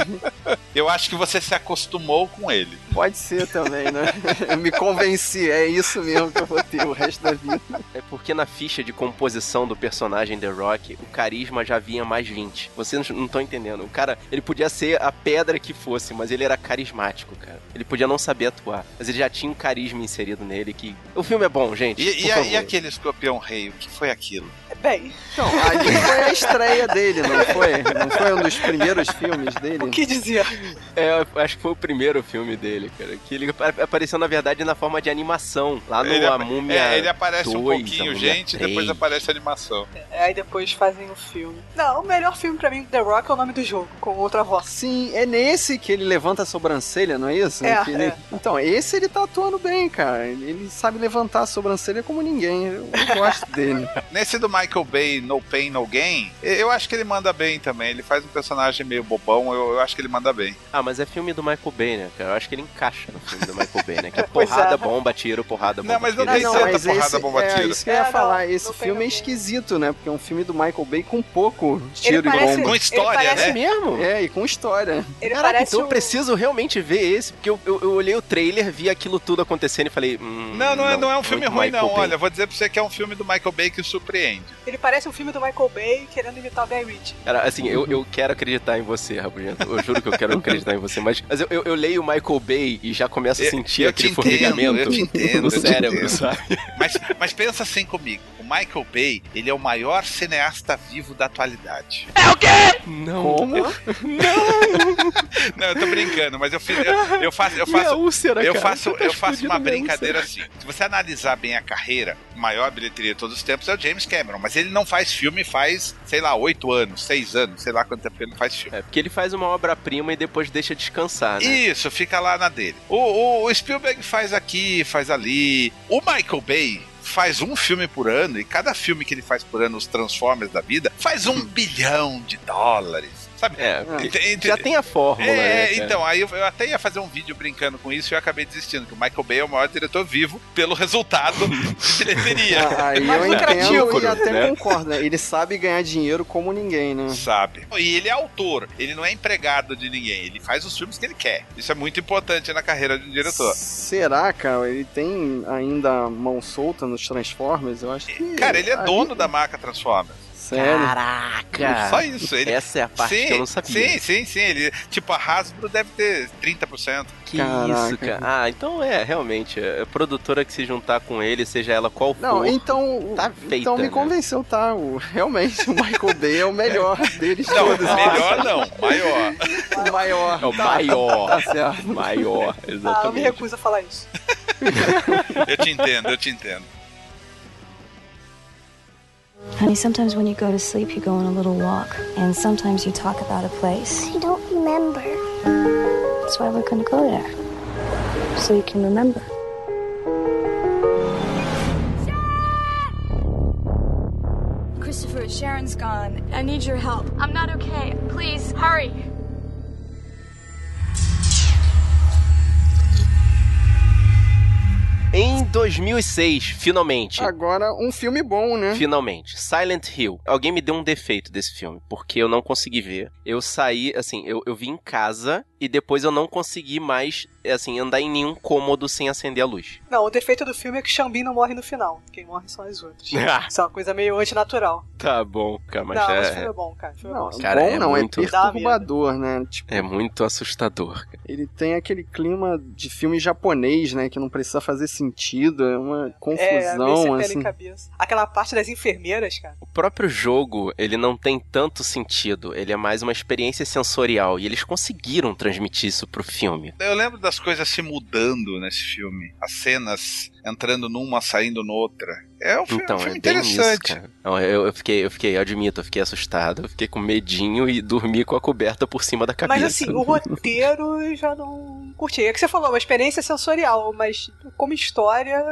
S2: Eu acho que você se acostumou com ele.
S1: pode ser também, né? Eu me convenci, é isso mesmo que eu vou ter o resto da vida.
S3: É porque na ficha de composição do personagem The Rock, o carisma já vinha mais 20. Vocês não estão entendendo. O cara, ele podia ser a pedra que fosse, mas ele era carismático, cara. Ele podia não saber atuar, mas ele já tinha um carisma inserido nele que... O filme é bom, gente.
S2: E,
S3: por
S2: e, a-
S3: favor.
S2: e aquele escorpião rei, o que foi aquilo?
S4: Bem,
S1: então, ali foi a estreia dele, não foi? Não foi um dos primeiros filmes dele? O
S4: que dizia?
S3: É, eu acho que foi o primeiro filme dele, cara. Que ele ap- apareceu, na verdade, na forma de animação. Lá no
S2: ele,
S3: A
S2: apa-
S3: Múmia
S2: é, ele aparece um
S3: 2, a
S2: pouquinho,
S3: Múmia
S2: gente, e
S3: 3.
S2: depois aparece a animação.
S4: É, Aí depois fazem o filme. Não, o melhor filme pra mim do The Rock é o nome do jogo, com outra voz.
S1: Sim, é nesse que ele levanta a sobrancelha, não é isso?
S4: É,
S1: Que ele-
S4: é.
S1: Então, esse ele tá atuando bem, cara. Ele ele sabe levantar a sobrancelha como ninguém. Eu gosto dele.
S2: Nesse do Michael Bay, No Pain, No Gain, e- eu acho que ele manda bem também. Ele faz um personagem meio bobão, eu, eu acho que ele manda bem.
S3: Ah, mas é filme do Michael Bay, né, cara? Eu acho que ele encaixa no filme do Michael Bay, né? Que é
S1: Pois é. Ah,
S3: porrada, bomba, tiro, porrada, bomba,
S2: Não, mas não
S3: tiro.
S2: tem
S1: Não,
S2: tanta
S1: mas
S2: porrada
S1: esse-
S2: bomba
S1: é,
S2: tira.
S1: isso que eu ia falar. Esse filme é esquisito, né? Porque é um filme do Michael Bay com pouco tiro
S4: parece-
S1: e bomba.
S4: Com história, ele parece- né?
S3: mesmo?
S1: É, e com história.
S4: Ele
S3: Caraca,
S4: parece
S3: então eu
S4: um-
S3: preciso realmente ver esse, porque eu, eu- eu olhei o trailer, vi aquilo tudo acontecendo e falei. Hum,
S2: Não, não, é, não é um filme
S3: muito
S2: ruim,
S3: Michael
S2: não.
S3: Bay.
S2: Olha, vou dizer pra você que é um filme do Michael Bay que surpreende.
S4: Ele parece um filme do Michael Bay querendo imitar o Guy Ritchie. Ah,
S3: Cara, assim, eu, eu quero acreditar em você, Rabugento. Eu juro que eu quero acreditar em você, mas, mas eu, eu, eu leio o Michael Bay e já começo a
S2: Eu-
S3: sentir
S2: eu
S3: aquele
S2: te
S3: formigamento
S2: entendo, eu te entendo,
S3: no
S2: eu te
S3: cérebro,
S2: entendo.
S3: sabe?
S2: Mas, mas pensa assim comigo: o Michael Bay, ele é o maior cineasta vivo da atualidade.
S3: Não.
S1: Como?
S2: Não, eu tô brincando, mas eu fiz. Eu, eu faço. Eu
S3: Minha
S2: faço,
S3: úlcera,
S2: eu
S3: é cara.
S2: faço,
S3: Você tá
S2: eu faço
S3: explodindo
S2: uma
S3: minha
S2: brincadeira assim.
S3: úlcera.
S2: Se você analisar bem a carreira, o maior bilheteria de todos os tempos é o James Cameron. Mas ele não faz filme faz, sei lá, oito anos, seis anos, sei lá quanto tempo ele não faz filme.
S3: É, porque ele faz uma obra-prima e depois deixa descansar, né?
S2: Isso, fica lá na dele. O, o- o Spielberg faz aqui, faz ali. O Michael Bay faz um filme por ano e cada filme que ele faz por ano, os Transformers da vida, faz um bilhão de dólares. Sabe?
S3: Hum. É,
S2: Ent- ent-
S3: já tem a fórmula. né,
S2: É,
S3: cara?
S2: então, aí eu, eu até ia fazer um vídeo brincando com isso e eu acabei desistindo, que o Michael Bay é o maior diretor vivo pelo resultado de bilheteria.
S1: Ah, Aí eu entendo e até concordo, né? Ele sabe ganhar dinheiro como ninguém,
S3: Ah.
S1: né?
S2: Sabe? E ele é autor, ele não é empregado de ninguém, ele faz os filmes que ele quer. Isso é muito importante na carreira de um diretor.
S1: Será, cara? Ele tem ainda a mão solta nos Transformers? Eu acho que.
S2: Cara, ele é
S1: aí-
S2: dono da marca Transformers.
S1: Sério?
S3: É. Caraca!
S2: Só isso. Ele...
S3: Essa é a parte
S2: sim,
S3: que eu não sabia.
S2: Sim, sim, sim. Ele, tipo, a Hasbro deve ter 30%.
S3: Que isso, cara. Ah, então é, realmente, é, a produtora que se juntar com ele, seja ela qual for.
S1: Não, então.
S3: Tá
S1: então
S3: feita,
S1: me
S3: né?
S1: convenceu, tá? O- realmente, o Michael Bay é o melhor deles
S2: Não,
S1: todos. né?
S2: melhor não, maior.
S1: O maior.
S3: É o
S1: Tá,
S3: maior.
S1: Tá certo.
S3: Maior,
S4: Ah, eu me
S3: exatamente.
S4: recuso a falar isso.
S2: Eu te entendo, eu te entendo.
S15: Honey, sometimes when you go to sleep, you go on a little walk, and sometimes you talk about a place.
S10: I don't remember.
S15: That's why we're gonna go there, so you can remember.
S10: Christopher, Sharon's gone. I need your help. I'm not okay. Please, hurry.
S3: Em 2006, finalmente.
S1: Agora, um filme bom, né?
S3: Finalmente, Silent Hill. Alguém me deu um defeito desse filme, porque eu não consegui ver. Eu saí, assim, eu, eu vi em casa e depois eu não consegui mais, assim, andar em nenhum cômodo sem acender a luz.
S4: Não, o defeito do filme é que o Xambin não morre no final. Quem morre são os outros.
S3: Ah.
S4: Isso é uma coisa meio antinatural.
S3: Tá bom, cara, mas
S4: não,
S3: é.
S4: mas o filme é bom, cara. O filme é bom.
S3: Cara,
S1: bom
S3: é
S1: não,
S3: muito-
S1: é
S3: Dá uma
S1: perturbador, né? Tipo,
S3: É muito assustador. cara.
S1: ele tem aquele clima de filme japonês, né? Que não precisa fazer sentido, é uma confusão,
S4: é,
S1: assim.
S4: assim. cabeça. Aquela parte das enfermeiras, cara.
S3: O próprio jogo, ele não tem tanto sentido. Ele é mais uma experiência sensorial. E eles conseguiram transmitir isso pro filme.
S2: Eu lembro das coisas se mudando nesse filme. As cenas entrando numa, saindo noutra. É um filme,
S3: então,
S2: um filme
S3: é bem
S2: interessante.
S3: Isso, cara. Então, Eu, eu fiquei, eu fiquei, eu admito, eu fiquei assustado, eu fiquei com medinho e dormi com a coberta por cima da cabeça.
S4: Mas assim, o roteiro eu já não curti. É que você falou, uma experiência sensorial, mas como história,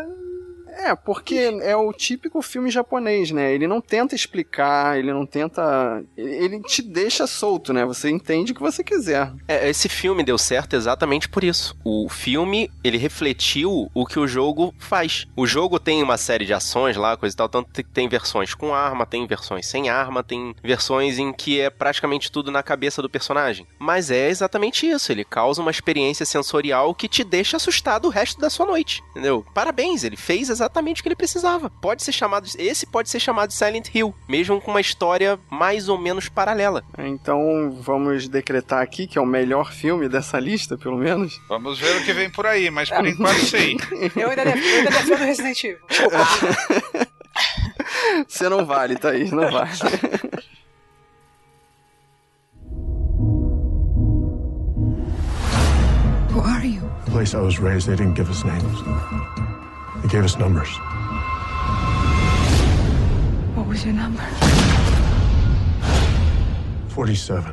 S1: É, porque é o típico filme japonês, né? Ele não tenta explicar, ele não tenta. Ele ele te deixa solto, né? Você entende o que você quiser.
S3: É, esse filme deu certo exatamente por isso. O filme, ele refletiu o que o jogo faz. O jogo tem uma série de ações lá, coisa e tal, tanto que tem versões com arma, tem versões sem arma, tem versões em que é praticamente tudo na cabeça do personagem. Mas é exatamente isso, ele causa uma experiência sensorial que te deixa assustado o resto da sua noite, entendeu? Parabéns, ele fez exatamente o que ele precisava. Pode ser chamado, esse pode ser chamado de Silent Hill, mesmo com uma história mais ou menos paralela.
S1: Então vamos decretar aqui que é o melhor filme dessa lista, pelo menos.
S2: Vamos ver o que vem por aí, mas
S3: É.
S2: por enquanto sim.
S4: eu ainda def- eu ainda defendo Resident Evil.
S1: Você não vale, Thaís, não vale.
S16: Who are you?
S17: The place I was raised, they didn't give us names. They gave us numbers.
S16: What was your number?
S17: 47.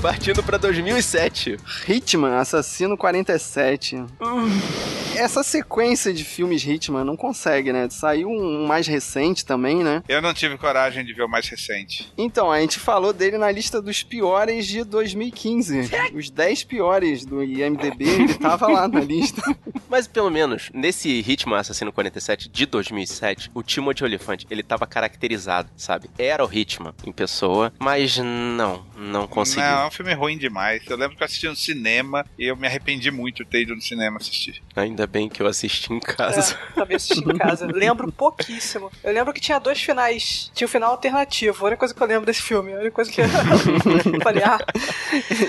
S3: Partindo pra 2007.
S1: Hitman, Assassino 47. Essa sequência de filmes Hitman não consegue, né? Saiu um mais recente também, né?
S2: Eu não tive coragem de ver o mais recente.
S1: Então, a gente falou dele na lista dos piores de 2015. Os 10 piores do IMDB, ele tava lá na lista.
S3: Mas pelo menos, nesse Hitman Assassino 47 de 2007, o Timothy Olyphant, ele tava caracterizado, sabe? Era o Hitman em pessoa, mas não, não conseguiu.
S2: Não, é um filme ruim demais. Eu lembro que eu assisti no cinema e eu me arrependi muito de ter ido no cinema assistir.
S3: Ainda bem que eu assisti em casa.
S4: É, também assisti em casa. Lembro pouquíssimo. Eu lembro que tinha dois finais. Tinha o final alternativo. A única coisa que eu lembro desse filme. A única coisa que eu falei, ah,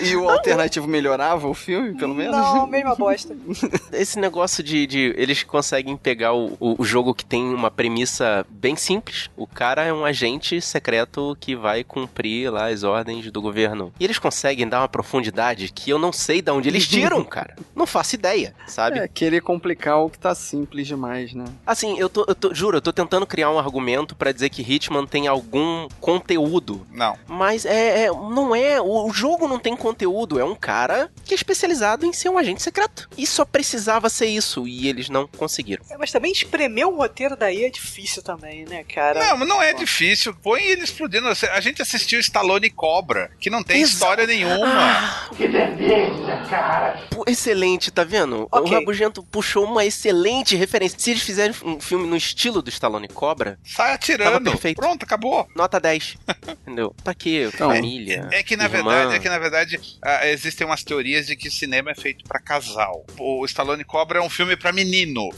S1: E o alternativo melhorava o filme, pelo menos?
S4: não, mesma bosta.
S3: Esse negócio de, de- eles conseguem pegar o, o- o jogo que tem uma premissa bem simples. O cara é um agente secreto que vai cumprir lá as ordens do governo. E eles conseguem dar uma profundidade que eu não sei de onde eles tiram, cara. Não faço ideia, sabe?
S1: É, querer complicar o que tá simples demais, né?
S3: Assim, eu tô, eu tô- juro, eu tô tentando criar um argumento pra dizer que Hitman tem algum conteúdo.
S2: Não.
S3: Mas é, é- não é, o, o jogo não tem conteúdo, é um cara que é especializado em ser um agente secreto. E só precisava ser isso e eles não conseguiram.
S4: É, Mas também espremer o roteiro daí é difícil também, né, cara?
S2: Não, mas não é difícil. Põe ele explodindo. A gente assistiu Stallone Cobra, que não tem história nenhuma.
S3: Que beleza, cara! excelente, tá vendo? O Rabugento puxou uma excelente referência. Se eles fizerem um filme no estilo do Stallone Cobra,
S2: sai
S3: Tava
S2: atirando.
S3: perfeito.
S2: Pronto, acabou.
S3: Nota 10. Entendeu? Pra quê? Família.
S2: É que na
S3: irmã.
S2: verdade, é que na verdade ah, existem umas teorias de que cinema é feito pra casal. O Stallone Cobra é um filme pra menino.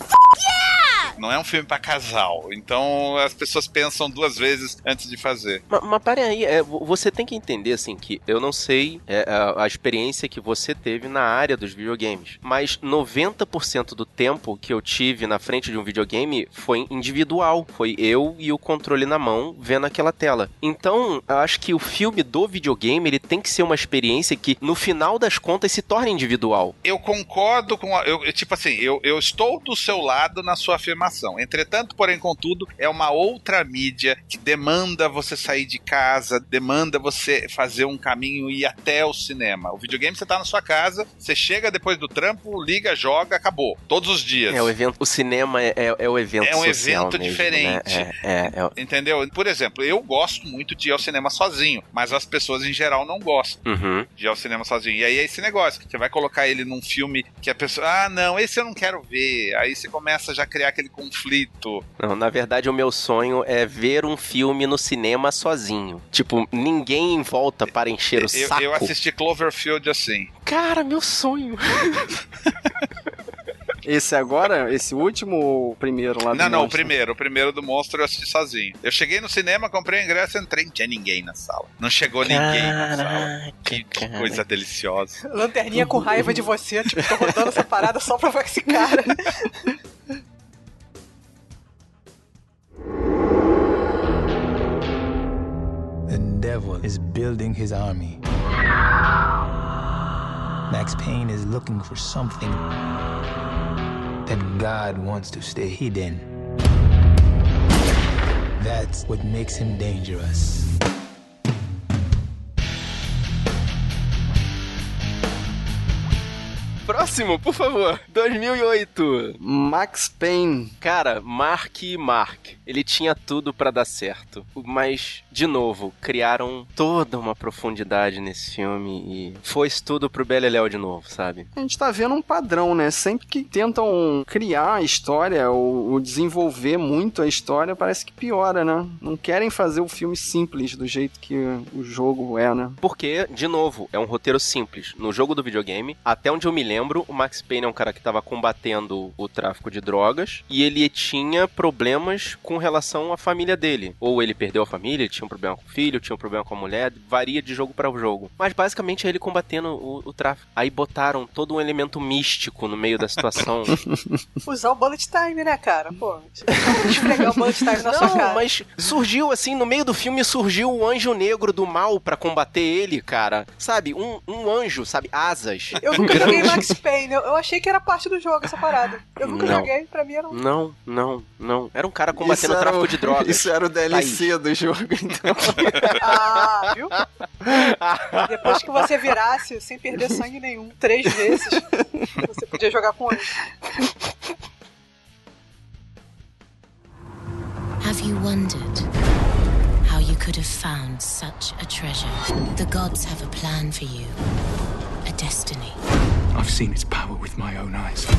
S2: Não é um filme pra casal. Então as pessoas pensam duas vezes antes de fazer.
S3: Ma- Mas, pare aí, é, vo- você tem que entender, assim, que eu não sei é, a, a experiência que você teve na área dos videogames, mas 90% do tempo que eu tive na frente de um videogame foi individual. Foi eu e o controle na mão vendo aquela tela. Então, eu acho que o filme do videogame, ele tem que ser uma experiência que, no final das contas, se torna individual.
S2: Eu concordo com. a- eu, eu, tipo assim, eu, eu estou do seu lado na sua afirmação. Entretanto, porém, contudo, é uma outra mídia que demanda você sair de casa, demanda você fazer um caminho e ir até o cinema. O videogame você tá na sua casa, você chega depois do trampo, liga, joga, acabou. Todos os dias.
S3: É o evento, o cinema é, é, é o evento
S2: É um
S3: social
S2: evento
S3: mesmo,
S2: diferente.
S3: né? É, é, é,
S2: Entendeu? Por exemplo, eu gosto muito de ir ao cinema sozinho, mas as pessoas em geral não gostam
S3: Uhum.
S2: de ir ao cinema sozinho. E aí é esse negócio. Você vai colocar ele num filme que a pessoa. Ah, não, esse eu não quero ver. Aí você começa já a criar aquele conflito.
S3: Não, na verdade, o meu sonho é ver um filme no cinema sozinho. Tipo, ninguém em volta para encher o
S2: Eu,
S3: saco.
S2: eu assisti Cloverfield assim.
S3: Cara, meu sonho.
S1: Esse agora, esse último ou o primeiro lá do
S2: Não, não, o
S1: Monster?
S2: primeiro. O primeiro do monstro eu assisti sozinho. Eu cheguei no cinema, comprei o ingresso, entrei, não tinha ninguém na sala. Não chegou ninguém na sala. Que, que coisa deliciosa.
S4: Lanterninha com raiva de você, tipo, tô rodando essa parada só pra ver esse cara.
S17: And
S18: devil is building his army. Max Payne is looking for something that God wants to stay hidden. That's what makes him dangerous.
S3: Próximo, por favor. 2008.
S1: Max Payne.
S3: Cara, Mark Mark. Ele tinha tudo para dar certo. Mas, de novo, criaram toda uma profundidade nesse filme e foi tudo pro Beleléu de novo, sabe?
S1: A gente tá vendo um padrão, né? Sempre que tentam criar a história ou, ou desenvolver muito a história, parece que piora, né? Não querem fazer o filme simples do jeito que o jogo é, né?
S3: Porque, de novo, é um roteiro simples. No jogo do videogame, até onde eu me lembro, lembro, o Max Payne é um cara que estava combatendo o tráfico de drogas e ele tinha problemas com relação à família dele. Ou ele perdeu a família, tinha um problema com o filho, tinha um problema com a mulher, varia de jogo para jogo. Mas basicamente é ele combatendo o, o, tráfico. Aí botaram todo um elemento místico no meio da situação.
S4: Usar o bullet time, né, cara? Pô, esfregar o bullet time na
S3: Não,
S4: sua cara.
S3: mas surgiu assim, no meio do filme surgiu o anjo negro do mal para combater ele, cara. Sabe, um, um anjo, sabe, asas.
S4: Eu nunca joguei Max Payne. Eu, achei que era parte do jogo essa parada. Eu nunca não. joguei, pra mim era um.
S3: Não, não, não. Era um cara combatendo o tráfico de drogas. Tá
S1: Isso era o DLC Aí. do jogo, então.
S4: ah, viu? Depois que você virasse sem perder sangue nenhum três vezes, você podia jogar com ele.
S11: Have you wondered how you could have found such a treasure? The gods have a plan for you, a destiny.
S7: I've seen its power with my own eyes.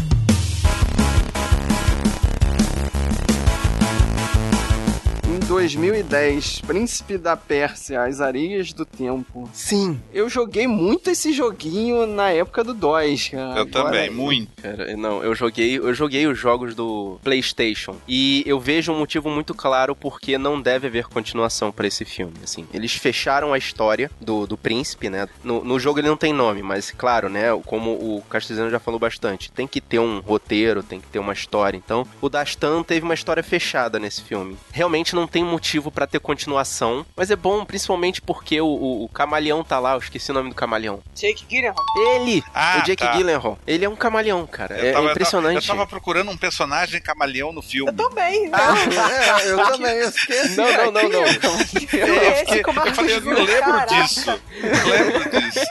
S1: Em 2010, Príncipe da Pérsia, As Areias do Tempo.
S3: Sim.
S1: Eu joguei muito esse joguinho na época do DOS, cara. é
S2: Eu Agora... também, muito.
S3: Cara, não, eu joguei, eu joguei os jogos do PlayStation e eu vejo um motivo muito claro porque não deve haver continuação para esse filme, assim. Eles fecharam a história do, do príncipe, né? No, no jogo ele não tem nome, mas claro, né, como o Castelzano já falou bastante, tem que ter um roteiro, tem que ter uma história. Então, o Dastan teve uma história fechada nesse filme. Realmente não tem motivo para ter continuação, mas é bom principalmente porque o, o, o, camaleão tá lá, eu esqueci o nome do camaleão.
S4: Jake Gyllenhaal.
S3: Ele! Ah, o Jake tá. Gyllenhaal. Ele é um camaleão, cara. É, tava, é, impressionante.
S2: Eu tava, eu tava, procurando um personagem camaleão no filme.
S4: Eu também.
S1: Ah, é, eu também, eu esqueci.
S3: Não, não, não, não.
S4: É esse com
S2: eu falei, eu não lembro Caraca. disso. Eu lembro disso.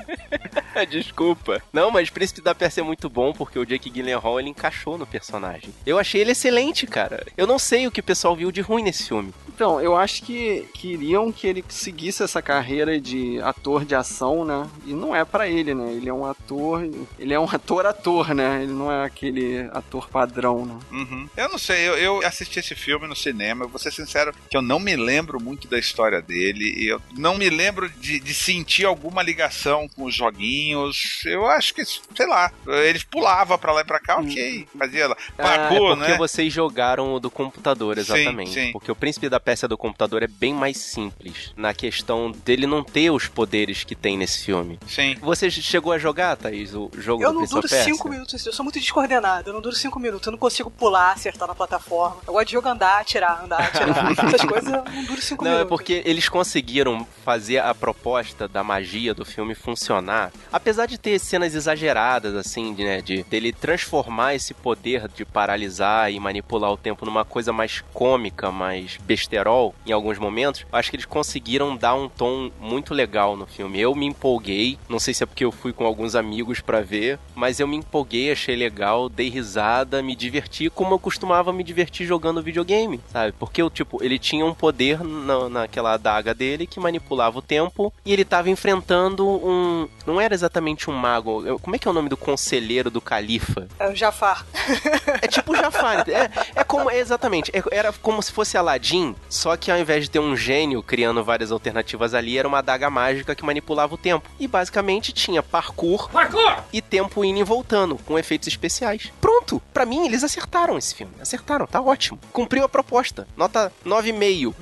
S3: É, Desculpa. Não, mas Príncipe da Pérsia é muito bom porque o Jake Gyllenhaal, ele encaixou no personagem. Eu achei ele excelente, cara. Eu não sei o que o pessoal viu de ruim nesse filme.
S1: Então, eu acho que queriam que ele seguisse essa carreira de ator de ação, né? E não é para ele, né? Ele é um ator, ele é um ator ator, né? Ele não é aquele ator padrão, né?
S2: Uhum. Eu não sei, eu, eu, assisti esse filme no cinema, eu vou ser sincero que eu não me lembro muito da história dele, eu não me lembro de, de sentir alguma ligação com os joguinhos. Eu acho que, sei lá, ele pulava para lá e pra cá, ok, fazia lá. Pagou,
S3: Hum. ah, é porque
S2: né?
S3: vocês jogaram o do computador, exatamente.
S2: Sim, sim.
S3: Porque o príncipe da peça do computador é bem mais simples na questão dele não ter os poderes que tem nesse filme.
S2: Sim.
S3: Você chegou a jogar, Thaís, o jogo
S4: eu
S3: do
S4: Prince
S3: of
S4: Eu não duro 5 minutos, eu sou muito descoordenado, eu não duro 5 minutos, eu não consigo pular, acertar na plataforma. Eu gosto de jogo andar, atirar, andar, atirar. Essas coisas eu não duro 5 minutos. Não,
S3: é porque eles conseguiram fazer a proposta da magia do filme funcionar, apesar de ter cenas exageradas, assim, de, né, de dele transformar esse poder de paralisar e manipular o tempo numa coisa mais cômica, mais besteira em alguns momentos, acho que eles conseguiram dar um tom muito legal no filme. Eu me empolguei, não sei se é porque eu fui com alguns amigos para ver, mas eu me empolguei, achei legal, dei risada, me diverti como eu costumava me divertir jogando videogame, sabe? Porque eu, tipo, ele tinha um poder na, naquela adaga dele que manipulava o tempo e ele tava enfrentando um. Não era exatamente um mago. Eu, como é que é o nome do conselheiro do califa?
S4: É o Jafar.
S3: É tipo o Jafar. É, é como. É exatamente. É, era como se fosse Aladdin, só que ao invés de ter um gênio criando várias alternativas ali, era uma adaga mágica que manipulava o tempo. E basicamente tinha parkour,
S2: parkour!
S3: e tempo indo e voltando, com efeitos especiais. Pronto! para mim, eles acertaram esse filme. Acertaram, tá ótimo. Cumpriu a proposta. Nota 9,5.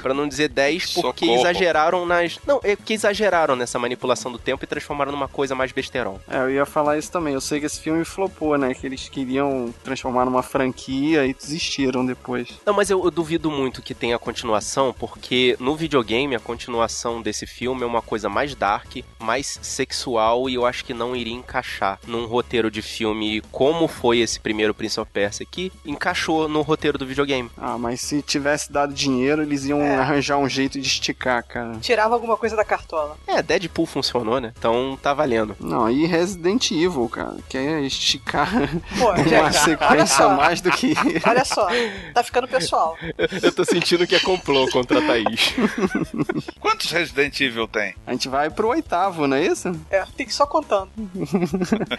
S3: Pra não dizer 10, porque
S1: Socorro.
S3: exageraram nas. Não, é porque exageraram nessa manipulação do tempo e transformaram numa coisa mais besterol.
S1: É, eu ia falar isso também. Eu sei que esse filme flopou, né? Que eles queriam transformar numa franquia e desistiram depois.
S3: Não, mas eu, eu duvido muito que tenha continuação, porque no videogame a continuação desse filme é uma coisa mais dark, mais sexual e eu acho que não iria encaixar num roteiro de filme como foi esse primeiro Prince of Persia que encaixou no roteiro do videogame.
S1: Ah, mas se tivesse dado dinheiro, eles iam arranjar um jeito de esticar, cara.
S4: Tirava alguma coisa da cartola.
S3: É, Deadpool funcionou, né? Então tá valendo.
S1: Não, e Resident Evil, cara. Quer esticar
S4: Pô,
S1: uma
S4: gente, olha
S1: sequência
S4: só.
S1: a mais do que.
S4: Olha só, tá ficando pessoal.
S3: Eu tô sentindo que é complô contra a Thaís.
S2: Quantos Resident Evil tem?
S1: A gente vai pro oitavo, não é isso?
S4: É, tem que ir só contando.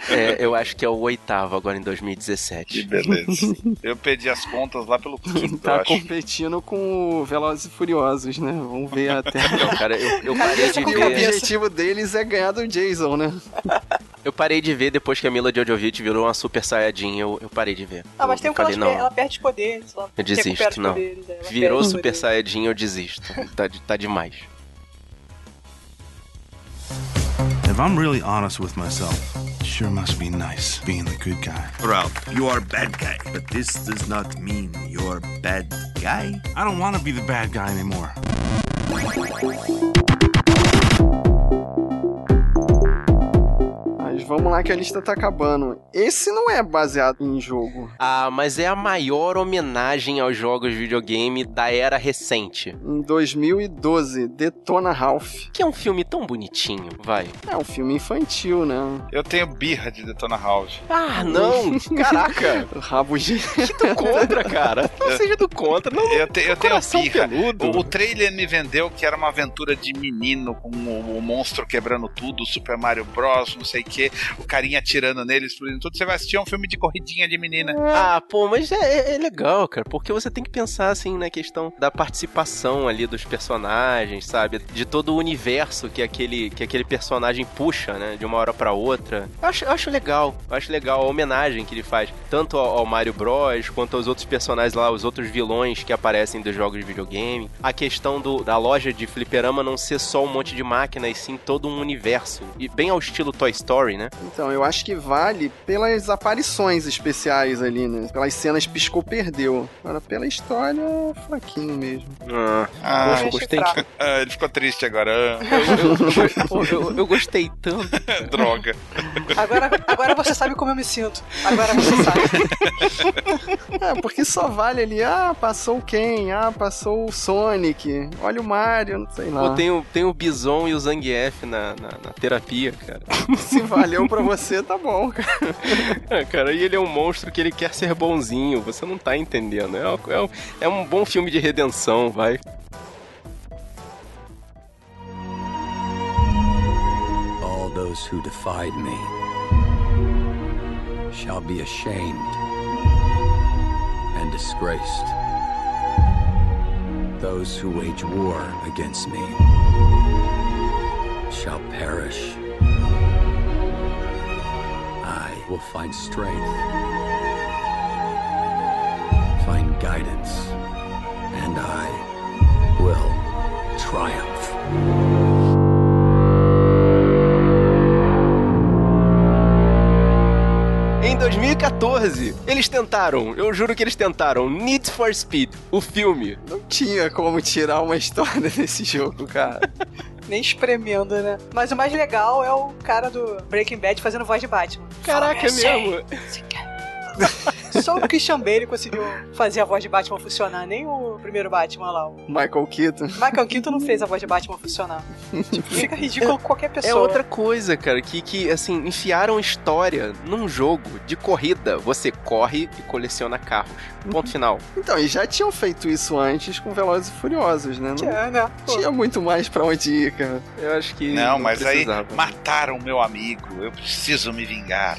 S3: É, eu acho que é o oitavo agora em 2017.
S2: Que beleza. Eu perdi as contas lá pelo quinto, eu
S1: Tá
S2: acho.
S1: competindo com o Velozes e Furiosos, né? Vamos ver até.
S3: Não, cara, eu, eu parei de
S1: O
S3: ver.
S1: objetivo deles é ganhar do Jason, né?
S3: Eu parei de ver depois que a Mila Djodovic virou uma super saiyajin, eu, eu parei de ver.
S4: Ah, mas
S3: Eu
S4: tem um que ela,
S3: falei, não.
S4: ela perde os poderes. Ela
S3: Eu
S4: recupera
S3: desisto,
S4: os
S3: não.
S4: poderes, ela
S3: Virou
S4: perde os
S3: um Super
S4: poderes.
S3: Saiyajin, eu desisto. Tá, de- tá demais.
S19: If I'm really honest with myself, it sure must be nice being the good guy.
S20: Ralph, you are bad guy, but this does not mean you're bad guy.
S19: I don't want to be the bad guy anymore.
S1: Mas vamos lá que a lista tá acabando. Esse não é baseado em jogo.
S3: Ah, mas é a maior homenagem aos jogos de videogame da era recente.
S1: Em 2012, Detona Ralph.
S3: Que é um filme tão bonitinho, vai.
S1: É um filme infantil, né?
S2: Eu tenho birra de Detona House.
S3: Ah, não! Caraca!
S1: Rabo de...
S3: Que do contra, cara! Não seja do contra, não.
S2: Eu, te- eu tenho
S3: coração
S2: birra.
S3: peludo.
S2: O, o trailer me vendeu que era uma aventura de menino com o, o monstro quebrando tudo, o Super Mario Bros, não sei o que, o carinha atirando nele, explodindo tudo. Você vai assistir um filme de corridinha de menina.
S3: Ah, pô, mas é, é- é legal, cara, porque você tem que pensar, assim, na questão da participação ali dos personagens, sabe? De todo o universo que aquele, que aquele personagem puxa, né? De uma hora pra outra. Eu acho, eu acho legal, eu acho legal a homenagem que ele faz, tanto ao, ao Mario Bros, quanto aos outros personagens lá, os outros vilões que aparecem dos jogos de videogame. A questão do, da loja de fliperama não ser só um monte de máquina, e sim todo um universo. E bem ao estilo Toy Story, né?
S1: Então, eu acho que vale pelas aparições especiais ali, né? Pelas cenas piscou, perdeu. Agora, pela história, é fraquinho mesmo.
S3: Ah,
S1: Ah,
S3: poxa,
S1: eu
S3: eu gostei.
S1: achei
S3: que-
S2: Ah, ele ficou triste agora. Ah,
S3: Pô, eu, eu gostei tanto.
S2: Droga.
S4: Agora, agora você sabe como eu me sinto. Agora você
S1: É, porque só vale ali, ah, passou quem? Ah, passou o Sonic. Olha o Mario, não sei lá.
S3: Pô, tem, o, tem o Bison e o Zangief na, na, na terapia, cara.
S1: Se valeu pra você, tá bom, cara.
S3: É, cara, e ele é um monstro que ele quer ser bonzinho, você não tá entendendo. É, um- é um, é um bom filme de redenção, vai.
S21: All those who defied me shall be ashamed and disgraced. Those who wage war against me shall perish. I will find strength, find guidance, and I will triumph.
S3: Em 2014, eles tentaram, eu juro que eles tentaram, Need for Speed, o filme.
S1: Não tinha como tirar uma história desse jogo, cara.
S4: Nem espremendo, né? Mas o mais legal é o cara do Breaking Bad fazendo voz de Batman.
S3: Caraca, é
S4: Fala,
S3: mesmo?
S4: Só o Christian Bale conseguiu fazer a voz de Batman funcionar, nem o primeiro Batman lá. O
S1: Michael Keaton.
S4: Michael Keaton não fez a voz de Batman funcionar. Tipo, fica ridículo com qualquer pessoa.
S3: É outra coisa, cara, que, que, assim, enfiaram história num jogo de corrida. Você corre e coleciona carros. Ponto final.
S1: Então, e já tinham feito isso antes com Velozes e Furiosos, né? Não
S4: Tinha, né?
S1: tinha muito mais pra onde ir, cara.
S3: Eu acho que.
S2: Não, mas aí mataram meu amigo. Eu preciso me vingar.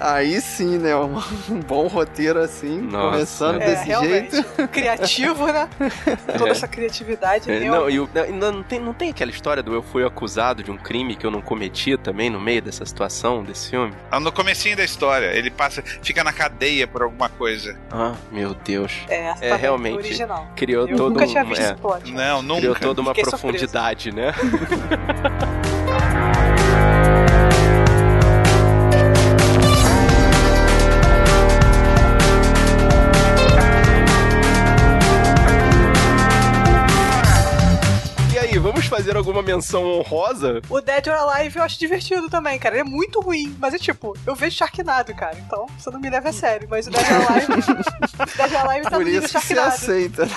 S1: Aí sim, né? Um, um bom roteiro assim,
S3: Nossa.
S1: começando
S4: É,
S1: desse
S4: realmente.
S1: jeito.
S4: Criativo, né? Toda
S3: um É.
S4: essa criatividade.
S3: É,
S4: realmente.
S3: Não, e o- não, não, não tem, não tem aquela história do eu fui acusado de um crime que eu não cometi também no meio dessa situação, desse filme?
S2: Ah, No comecinho da história, ele passa, fica na cadeia por alguma coisa.
S3: Ah, meu Deus.
S4: É, essa
S3: é
S4: tá
S3: realmente.
S4: original.
S3: Criou
S4: Eu
S3: todo
S4: nunca
S3: um,
S4: tinha visto
S3: é,
S4: esse plot.
S2: Não, nunca.
S3: Criou toda uma
S4: Fiquei surpreso.
S3: profundidade, né? E aí, vamos fazer alguma menção honrosa?
S4: O Dead or Alive eu acho divertido também, cara. Ele é muito ruim, mas é tipo, eu vejo Sharknado, cara. Então, você não me leva a sério, mas o Dead or Alive. o Dead or Alive tá no
S1: Por
S4: nível
S1: isso que você
S4: Sharknado.
S1: aceita.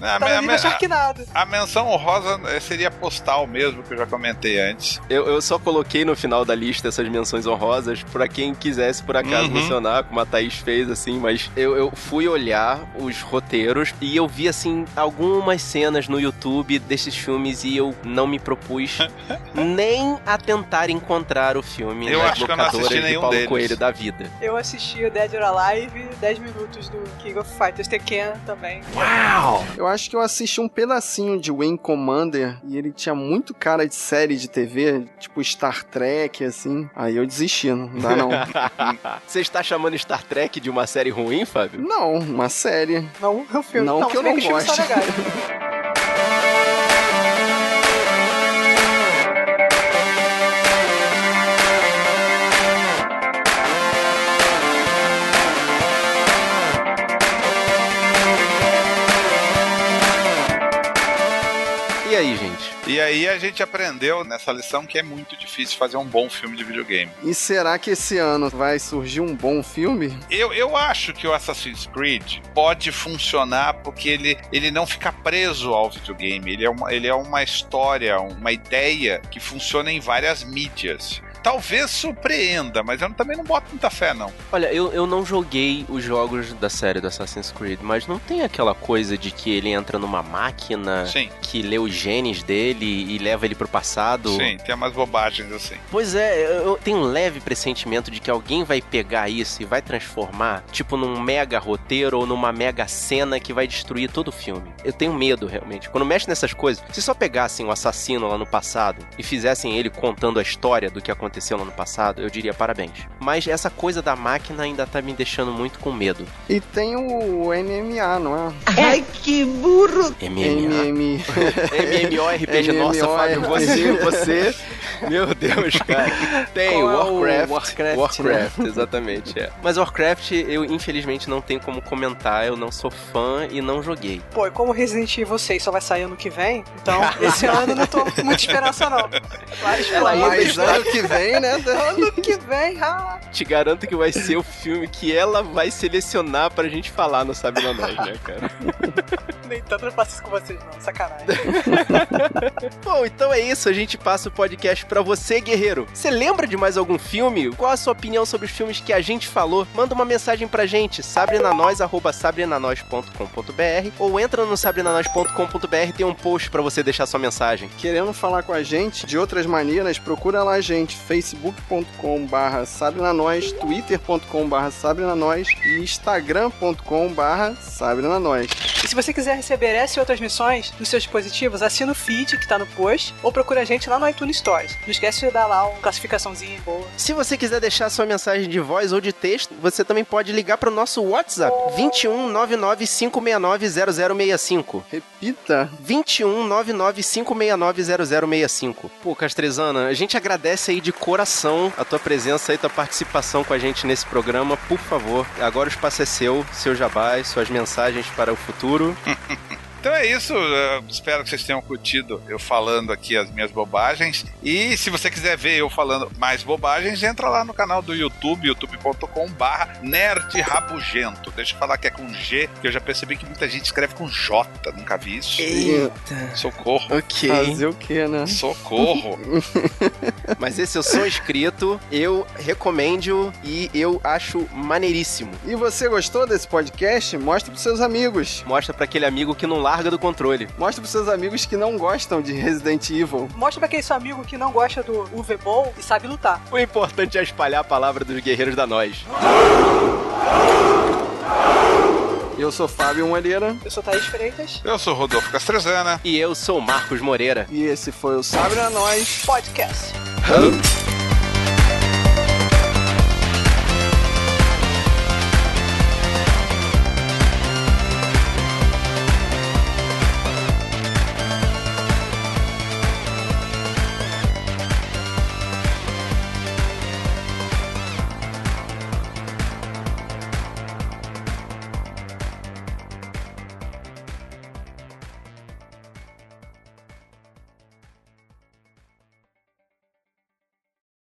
S2: Ah, A,
S4: Tá no nível
S2: a,
S4: Sharknado.
S2: a menção honrosa eh, seria postal mesmo, que eu já comentei antes.
S3: Eu, eu só coloquei no final da lista essas menções honrosas pra quem quisesse por acaso
S2: Uhum.
S3: mencionar, como a Thaís fez, assim, mas eu, eu fui olhar os roteiros e eu vi, assim, algumas cenas no YouTube desses filmes e eu não me propus nem a tentar encontrar o filme
S2: Eu
S3: nas
S2: acho que eu não
S3: locadoras
S2: assisti
S3: de
S2: nenhum
S3: Paulo
S2: deles.
S3: Coelho da vida.
S4: Eu assisti o Dead or Alive, 10 minutos do King of Fighters Tekken também.
S1: Eu acho que eu assisti um pedacinho de Wayne Commander e ele tinha muito cara de série de TV, tipo Star Trek, assim. Aí eu desisti, não dá não.
S3: Você está chamando Star Trek de uma série ruim, Fábio?
S1: não, uma série.
S4: Não, o filme. é
S1: Não,
S4: Não,
S1: que eu
S4: se bem
S1: não
S4: que os filmes são
S1: gosto.
S3: E aí, gente?
S2: E aí a gente aprendeu nessa lição que é muito difícil fazer um bom filme de videogame.
S1: E será que esse ano vai surgir um bom filme?
S2: Eu, eu acho que o Assassin's Creed pode funcionar porque ele, ele não fica preso ao videogame. Ele é, uma, ele é uma história, uma ideia que funciona em várias mídias. Talvez surpreenda, mas eu também não boto muita fé, não.
S3: Olha, eu, eu não joguei os jogos da série do Assassin's Creed, mas não tem aquela coisa de que ele entra numa máquina
S2: Sim.
S3: que lê os genes dele e leva ele pro passado?
S2: Sim, tem umas bobagens assim.
S3: Pois é, eu eu tenho um leve pressentimento de que alguém vai pegar isso e vai transformar, tipo, num mega roteiro ou numa mega cena que vai destruir todo o filme. Eu tenho medo, realmente. Quando mexe nessas coisas, se só pegassem o assassino lá no passado e fizessem ele contando a história do que aconteceu lá no passado, eu diria parabéns. Mas essa coisa da máquina ainda tá me deixando muito com medo.
S1: E tem o MMA, não é?
S10: Ai, que burro!
S3: MMA.
S1: MM.
S3: MMORPG, nossa, Fábio, você, você. Meu Deus, cara. Tem
S1: Qual é o
S3: Warcraft.
S1: Warcraft,
S3: Warcraft,
S1: né?
S3: exatamente, é. Mas Warcraft, eu infelizmente não tenho como comentar, eu não sou fã e não joguei.
S4: Pô, e como Resident Evil 6 só vai sair ano que vem, então esse ano eu não tô com muita esperança, não. Mas, pô, ano
S1: Mas
S3: é
S4: que
S1: ano que vem, né?
S4: vem- ano que vem, ah,
S3: Te garanto que vai ser o filme que ela vai selecionar pra gente falar no Sabe Lá Nós, né, cara?
S4: nem tanto eu faço isso com vocês, não, sacanagem.
S3: Bom, então é isso, a gente passa o podcast pra você, guerreiro. Você lembra de mais algum filme? Qual a sua opinião sobre os filmes que a gente falou? Manda uma mensagem pra gente, sabrenanois, arroba sabrenanois.com.br ou entra no sabrenanois.com.br, tem um post pra você deixar sua mensagem.
S1: Querendo falar com a gente de outras maneiras, procura lá a gente, facebook.com barra sabrenanois, twitter.com barra sabrenanois e instagram.com barra sabrenanois.
S4: E se você quiser receber essa e outras missões nos seus dispositivos, assina o feed que tá no post ou procura a gente lá no iTunes Stories. Não esquece de dar lá uma classificaçãozinha boa.
S3: Se você quiser deixar sua mensagem de voz ou de texto, você também pode ligar pro nosso WhatsApp 21 99 569 0065.
S1: Repita.
S3: 21 99 569 0065. Pô, Castrezana, a gente agradece aí de coração a tua presença e tua participação com a gente nesse programa. Por favor, agora o espaço é seu, seu jabás, suas mensagens para o futuro.
S2: Então é isso, eu espero que vocês tenham curtido eu falando aqui as minhas bobagens. E se você quiser ver eu falando mais bobagens, entra lá no canal do YouTube, youtube.com/barra nerd rabugento. Deixa eu falar que é com G, que eu já percebi que muita gente escreve com J, nunca vi isso.
S3: Eita.
S2: Socorro.
S3: Ok.
S1: Fazer o que, né?
S2: Socorro.
S3: Mas esse eu sou inscrito, eu recomendo e eu acho maneiríssimo.
S1: E você gostou desse podcast? Mostra pros seus amigos.
S3: Mostra pra aquele amigo que não larga do controle.
S1: Mostra pros seus amigos que não gostam de Resident Evil.
S4: Mostra pra aquele seu amigo que não gosta do UV Ball e sabe lutar.
S3: O importante é espalhar a palavra dos guerreiros da nós.
S1: Eu sou Fábio Moreira.
S4: Eu sou Thaís Freitas.
S2: Eu sou Rodolfo Castrezana.
S3: E eu sou Marcos Moreira.
S1: E esse foi o Sabre a Nós
S4: Podcast. Hum.